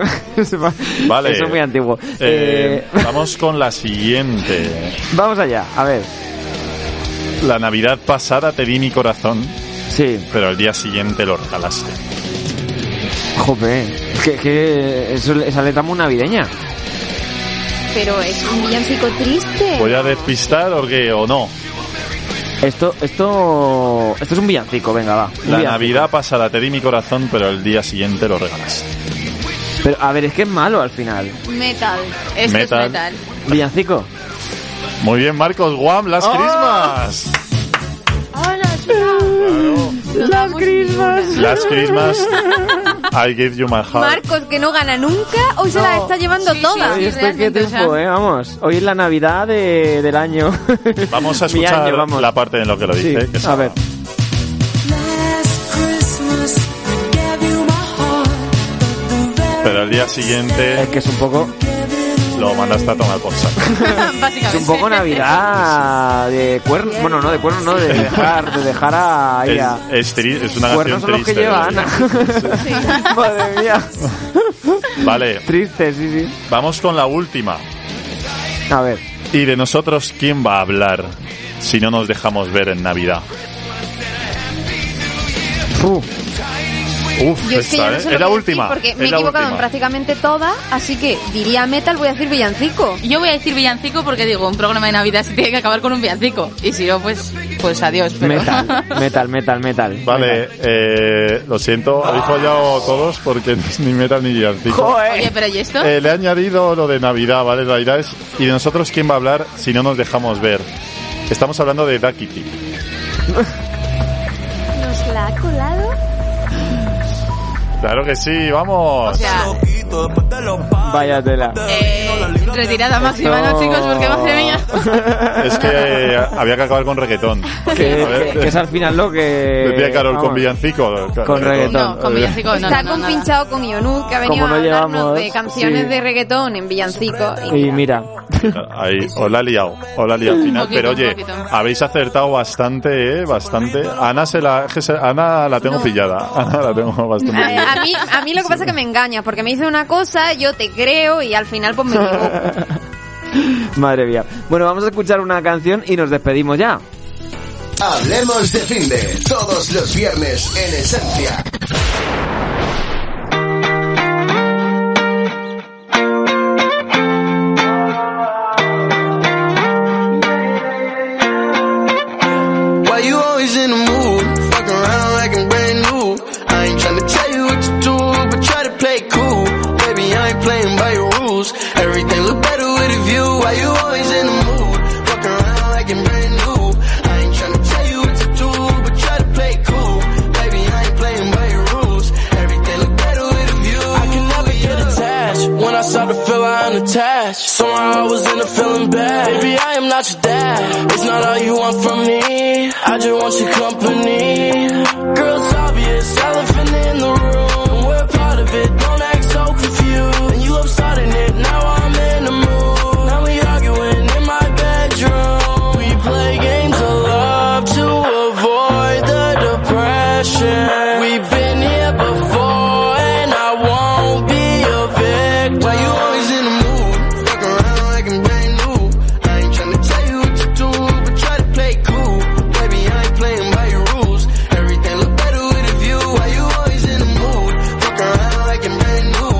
Speaker 2: <laughs>
Speaker 4: Vale.
Speaker 2: Eso es muy antiguo.
Speaker 4: Eh,
Speaker 2: Eh,
Speaker 4: vamos con la siguiente.
Speaker 2: Vamos allá, a ver.
Speaker 4: La Navidad pasada te di mi corazón,
Speaker 2: Sí.
Speaker 4: pero al día siguiente lo regalaste.
Speaker 2: Jope, que, que eso, esa letra muy navideña.
Speaker 3: Pero es un villancico triste.
Speaker 4: ¿Voy a despistar o qué? ¿O no?
Speaker 2: Esto, esto, esto es un villancico, venga, va. Un
Speaker 4: La
Speaker 2: villancico.
Speaker 4: Navidad pasada te di mi corazón, pero al día siguiente lo regalaste.
Speaker 2: Pero, a ver, es que es malo al final.
Speaker 3: Metal.
Speaker 7: Esto
Speaker 4: Metal.
Speaker 7: es metal.
Speaker 2: Villancico. ¡Oh!
Speaker 4: Muy bien, Marcos. Guam, las Christmas.
Speaker 3: Las crismas.
Speaker 4: Las Christmas. I give you my heart.
Speaker 3: Marcos, que no gana nunca, hoy se las está llevando todas.
Speaker 2: Oye, esto qué tiempo, eh, vamos. Hoy es la Navidad de- del año.
Speaker 4: Vamos a
Speaker 2: <laughs> Mi
Speaker 4: escuchar
Speaker 2: año, vamos.
Speaker 4: la parte en lo que lo dice.
Speaker 2: Sí, Ah.
Speaker 4: que es-
Speaker 2: a ver.
Speaker 4: Pero el día siguiente.
Speaker 2: Es que es un poco.
Speaker 4: Lo mandaste a tomar por
Speaker 2: <laughs>
Speaker 4: saco.
Speaker 2: Es un poco Navidad de cuernos. Bueno, no de cuernos, no, de dejar, de dejar a. ahí
Speaker 4: Es,
Speaker 2: a-
Speaker 4: es tri- es una canción
Speaker 2: Cuernos son los que
Speaker 4: triste. ¿eh? ¿verdad?
Speaker 2: lleva Ana. <laughs> Madre mía.
Speaker 4: Vale.
Speaker 2: <laughs> Triste, sí, sí.
Speaker 4: Vamos con la última.
Speaker 2: A ver.
Speaker 4: ¿Y de nosotros quién va a hablar si no nos dejamos ver en Navidad? Uf,
Speaker 3: Yo es que yo
Speaker 4: esta,
Speaker 3: no
Speaker 4: ¿eh?
Speaker 3: sé
Speaker 4: es la
Speaker 3: lo que decir
Speaker 4: última.
Speaker 3: Porque me he
Speaker 4: es la
Speaker 3: equivocado en
Speaker 4: última.
Speaker 3: prácticamente todas, así que diría metal, voy a decir villancico.
Speaker 7: Yo voy a decir villancico porque digo, un programa de Navidad se tiene que acabar con un villancico. Y si no, pues, pues adiós. Pero... <laughs>
Speaker 2: Metal, metal, metal, metal.
Speaker 4: Vale, eh, lo siento, habéis fallado todos porque <laughs> ni metal ni villancico.
Speaker 7: Oye, pero ¿y esto?
Speaker 4: Eh, le he añadido lo de Navidad, ¿vale? La idea es, ¿y de nosotros quién va a hablar si no nos dejamos ver? Estamos hablando de Duckity.
Speaker 2: <laughs>
Speaker 3: ¿Nos la ha colado?
Speaker 4: Claro que sí, vamos.
Speaker 2: Vaya tela.
Speaker 7: Eh, retirada máxima, ¿no,
Speaker 4: Esto-
Speaker 7: chicos? Porque madre mía.
Speaker 4: Es que eh, había que acabar con reggaetón.
Speaker 2: Que, que- que es al final lo que.
Speaker 4: Decía Carol
Speaker 2: vamos.
Speaker 4: con villancico.
Speaker 2: Con reggaetón. No, con
Speaker 4: villancico.
Speaker 3: Está compinchado con Ionut, que ha
Speaker 2: Como
Speaker 3: venido
Speaker 2: no
Speaker 3: a hablarnos
Speaker 4: llevamos,
Speaker 3: de canciones
Speaker 4: sí.
Speaker 3: de reggaetón en villancico. Y
Speaker 2: Y mira.
Speaker 4: Ahí, os la he liado, os la he liado al final.
Speaker 3: Un poquito,
Speaker 4: Pero
Speaker 3: un
Speaker 4: oye,
Speaker 3: poquito.
Speaker 4: habéis acertado bastante, ¿eh? Bastante. Ana, se la, que se- Ana la tengo pillada. Ana la tengo bastante
Speaker 3: A,
Speaker 4: pillada.
Speaker 3: a mí, a mí lo que pasa es que me engañas, porque me dices una cosa, yo te creo y al final pues me equivoco.
Speaker 2: <laughs> Madre mía. Bueno, vamos a escuchar una canción y nos despedimos ya.
Speaker 13: Hablemos de Finde, todos los viernes en Esencia.
Speaker 14: Why you always in the mood? Fuck around like I'm brand new. I ain't tryna tell you what to do, but try to play it cool. Baby, I ain't playing by your rules. Everything look better with a view. Why you always in the mood? Fuck around like I'm brand new. I ain't tryna tell you what to do, but try to play it cool. Baby, I ain't playing by your rules. Everything look better with a view. I can never get attached. When I start to feel I am attached, somehow I was in a feeling bad. Baby, I am not your dad. It's not all you want from me. I just want your company. Girl, it's obvious, elephant in the room. And we're part of it, don't act so confused. And you love starting it, now I'm in the mood. Now we arguing in my bedroom. We play games of love to avoid the depression. We've been here before, and I won't be a victim. Why you always in the mood? Fuck around like I'm brand new. I ain't tryna tell you what to do, but try to play cool. Baby, I ain't playing by your rules. Everything look better with a view. Why you always in the mood? Fuck around like I'm brand new.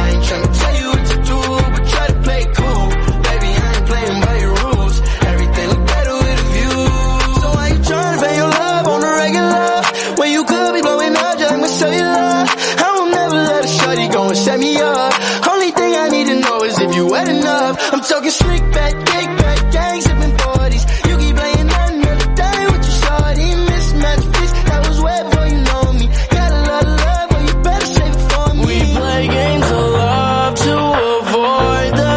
Speaker 14: I ain't tryna tell you what to do, but try to play cool. Baby, I ain't playing by your rules. Everything look better with a view. So why you tryna to your love on the regular? When you could be blowing up, just let me show you love. I will never let a shorty go and set me up. Only thing I need to know is if you wet enough. I'm talking slick back, kick back, gang sipping 40s. You keep playing that another day with your shorty. Mismatch bitch, that was wet boy, you know me. Got a lot of love, but you better save it for me. We play games of love to avoid the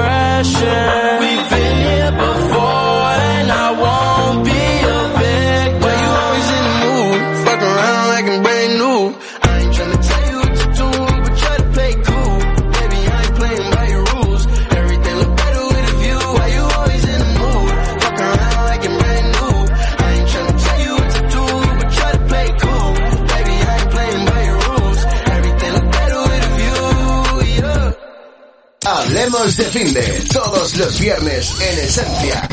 Speaker 14: depression. We've been here before and I won't be a victim. But you always in the mood, fuck around like I'm brand new. I ain't tryna tell you what to do, but try to play cool. Baby, I ain't playing by your rules. Everything look better with a view. Why you always in the mood? Fuck around like I'm brand new. I ain't tryna tell you what to do, but try to play cool. Baby, I ain't playing by your rules. Everything look better with a view. Yeah.
Speaker 13: Hablemos de Finde, todos los viernes en Esencia.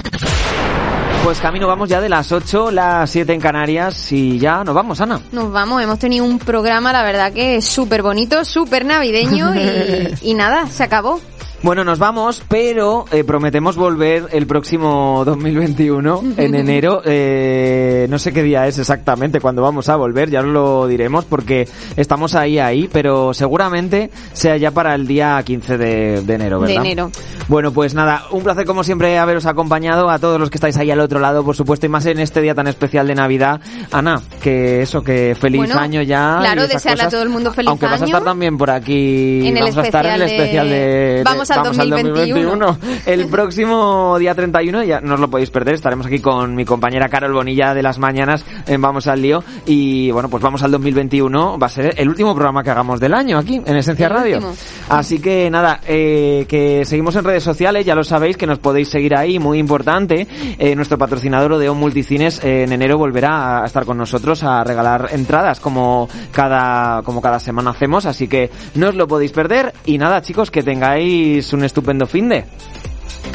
Speaker 2: Pues camino, vamos ya de las 8, las 7 en Canarias y ya nos vamos, Ana.
Speaker 3: Nos vamos, hemos tenido un programa, la verdad que es súper bonito, súper navideño y, y nada, se acabó.
Speaker 2: Bueno, nos vamos, pero eh, prometemos volver el próximo <laughs> 2021, en enero. Eh, no sé qué día es exactamente cuando vamos a volver, ya os lo diremos porque estamos ahí, ahí, pero seguramente sea ya para el día 15 de, de enero,
Speaker 3: De
Speaker 2: ¿verdad?
Speaker 3: enero.
Speaker 2: Bueno, pues nada, un placer como siempre haberos acompañado, a todos los que estáis ahí al otro lado, por supuesto, y más en este día tan especial de Navidad. Ana, que eso, que feliz
Speaker 3: Bueno,
Speaker 2: año ya. y
Speaker 3: claro,
Speaker 2: esas
Speaker 3: desearle a todo el mundo feliz
Speaker 2: Aunque vas a
Speaker 3: año.
Speaker 2: estar también por aquí,
Speaker 3: En el
Speaker 2: vamos a estar en el
Speaker 3: especial de-
Speaker 2: especial de... de-
Speaker 3: Vamos al 2021.
Speaker 2: El próximo día 31, ya no os lo podéis perder, estaremos aquí con mi compañera Carol Bonilla de las mañanas en Vamos al Lío. Y bueno, pues vamos al 2021, va a ser el último programa que hagamos del año aquí, en Esencia
Speaker 15: El
Speaker 2: Radio.
Speaker 15: último.
Speaker 2: Así que nada, eh, que seguimos en redes sociales, ya lo sabéis, que nos podéis seguir ahí, muy importante. Eh, nuestro patrocinador Odeón Multicines eh, en enero volverá a estar con nosotros a regalar entradas como cada, como cada semana hacemos, así que no os lo podéis perder. Y nada, chicos, que tengáis un estupendo fin de.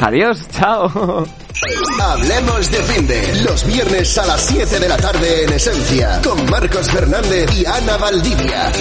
Speaker 2: Adiós, <laughs> chao.
Speaker 1: Hablemos de Finde. Los viernes a las 7 de la tarde en Esencia. Con Marcos Fernández y Ana Valdivia.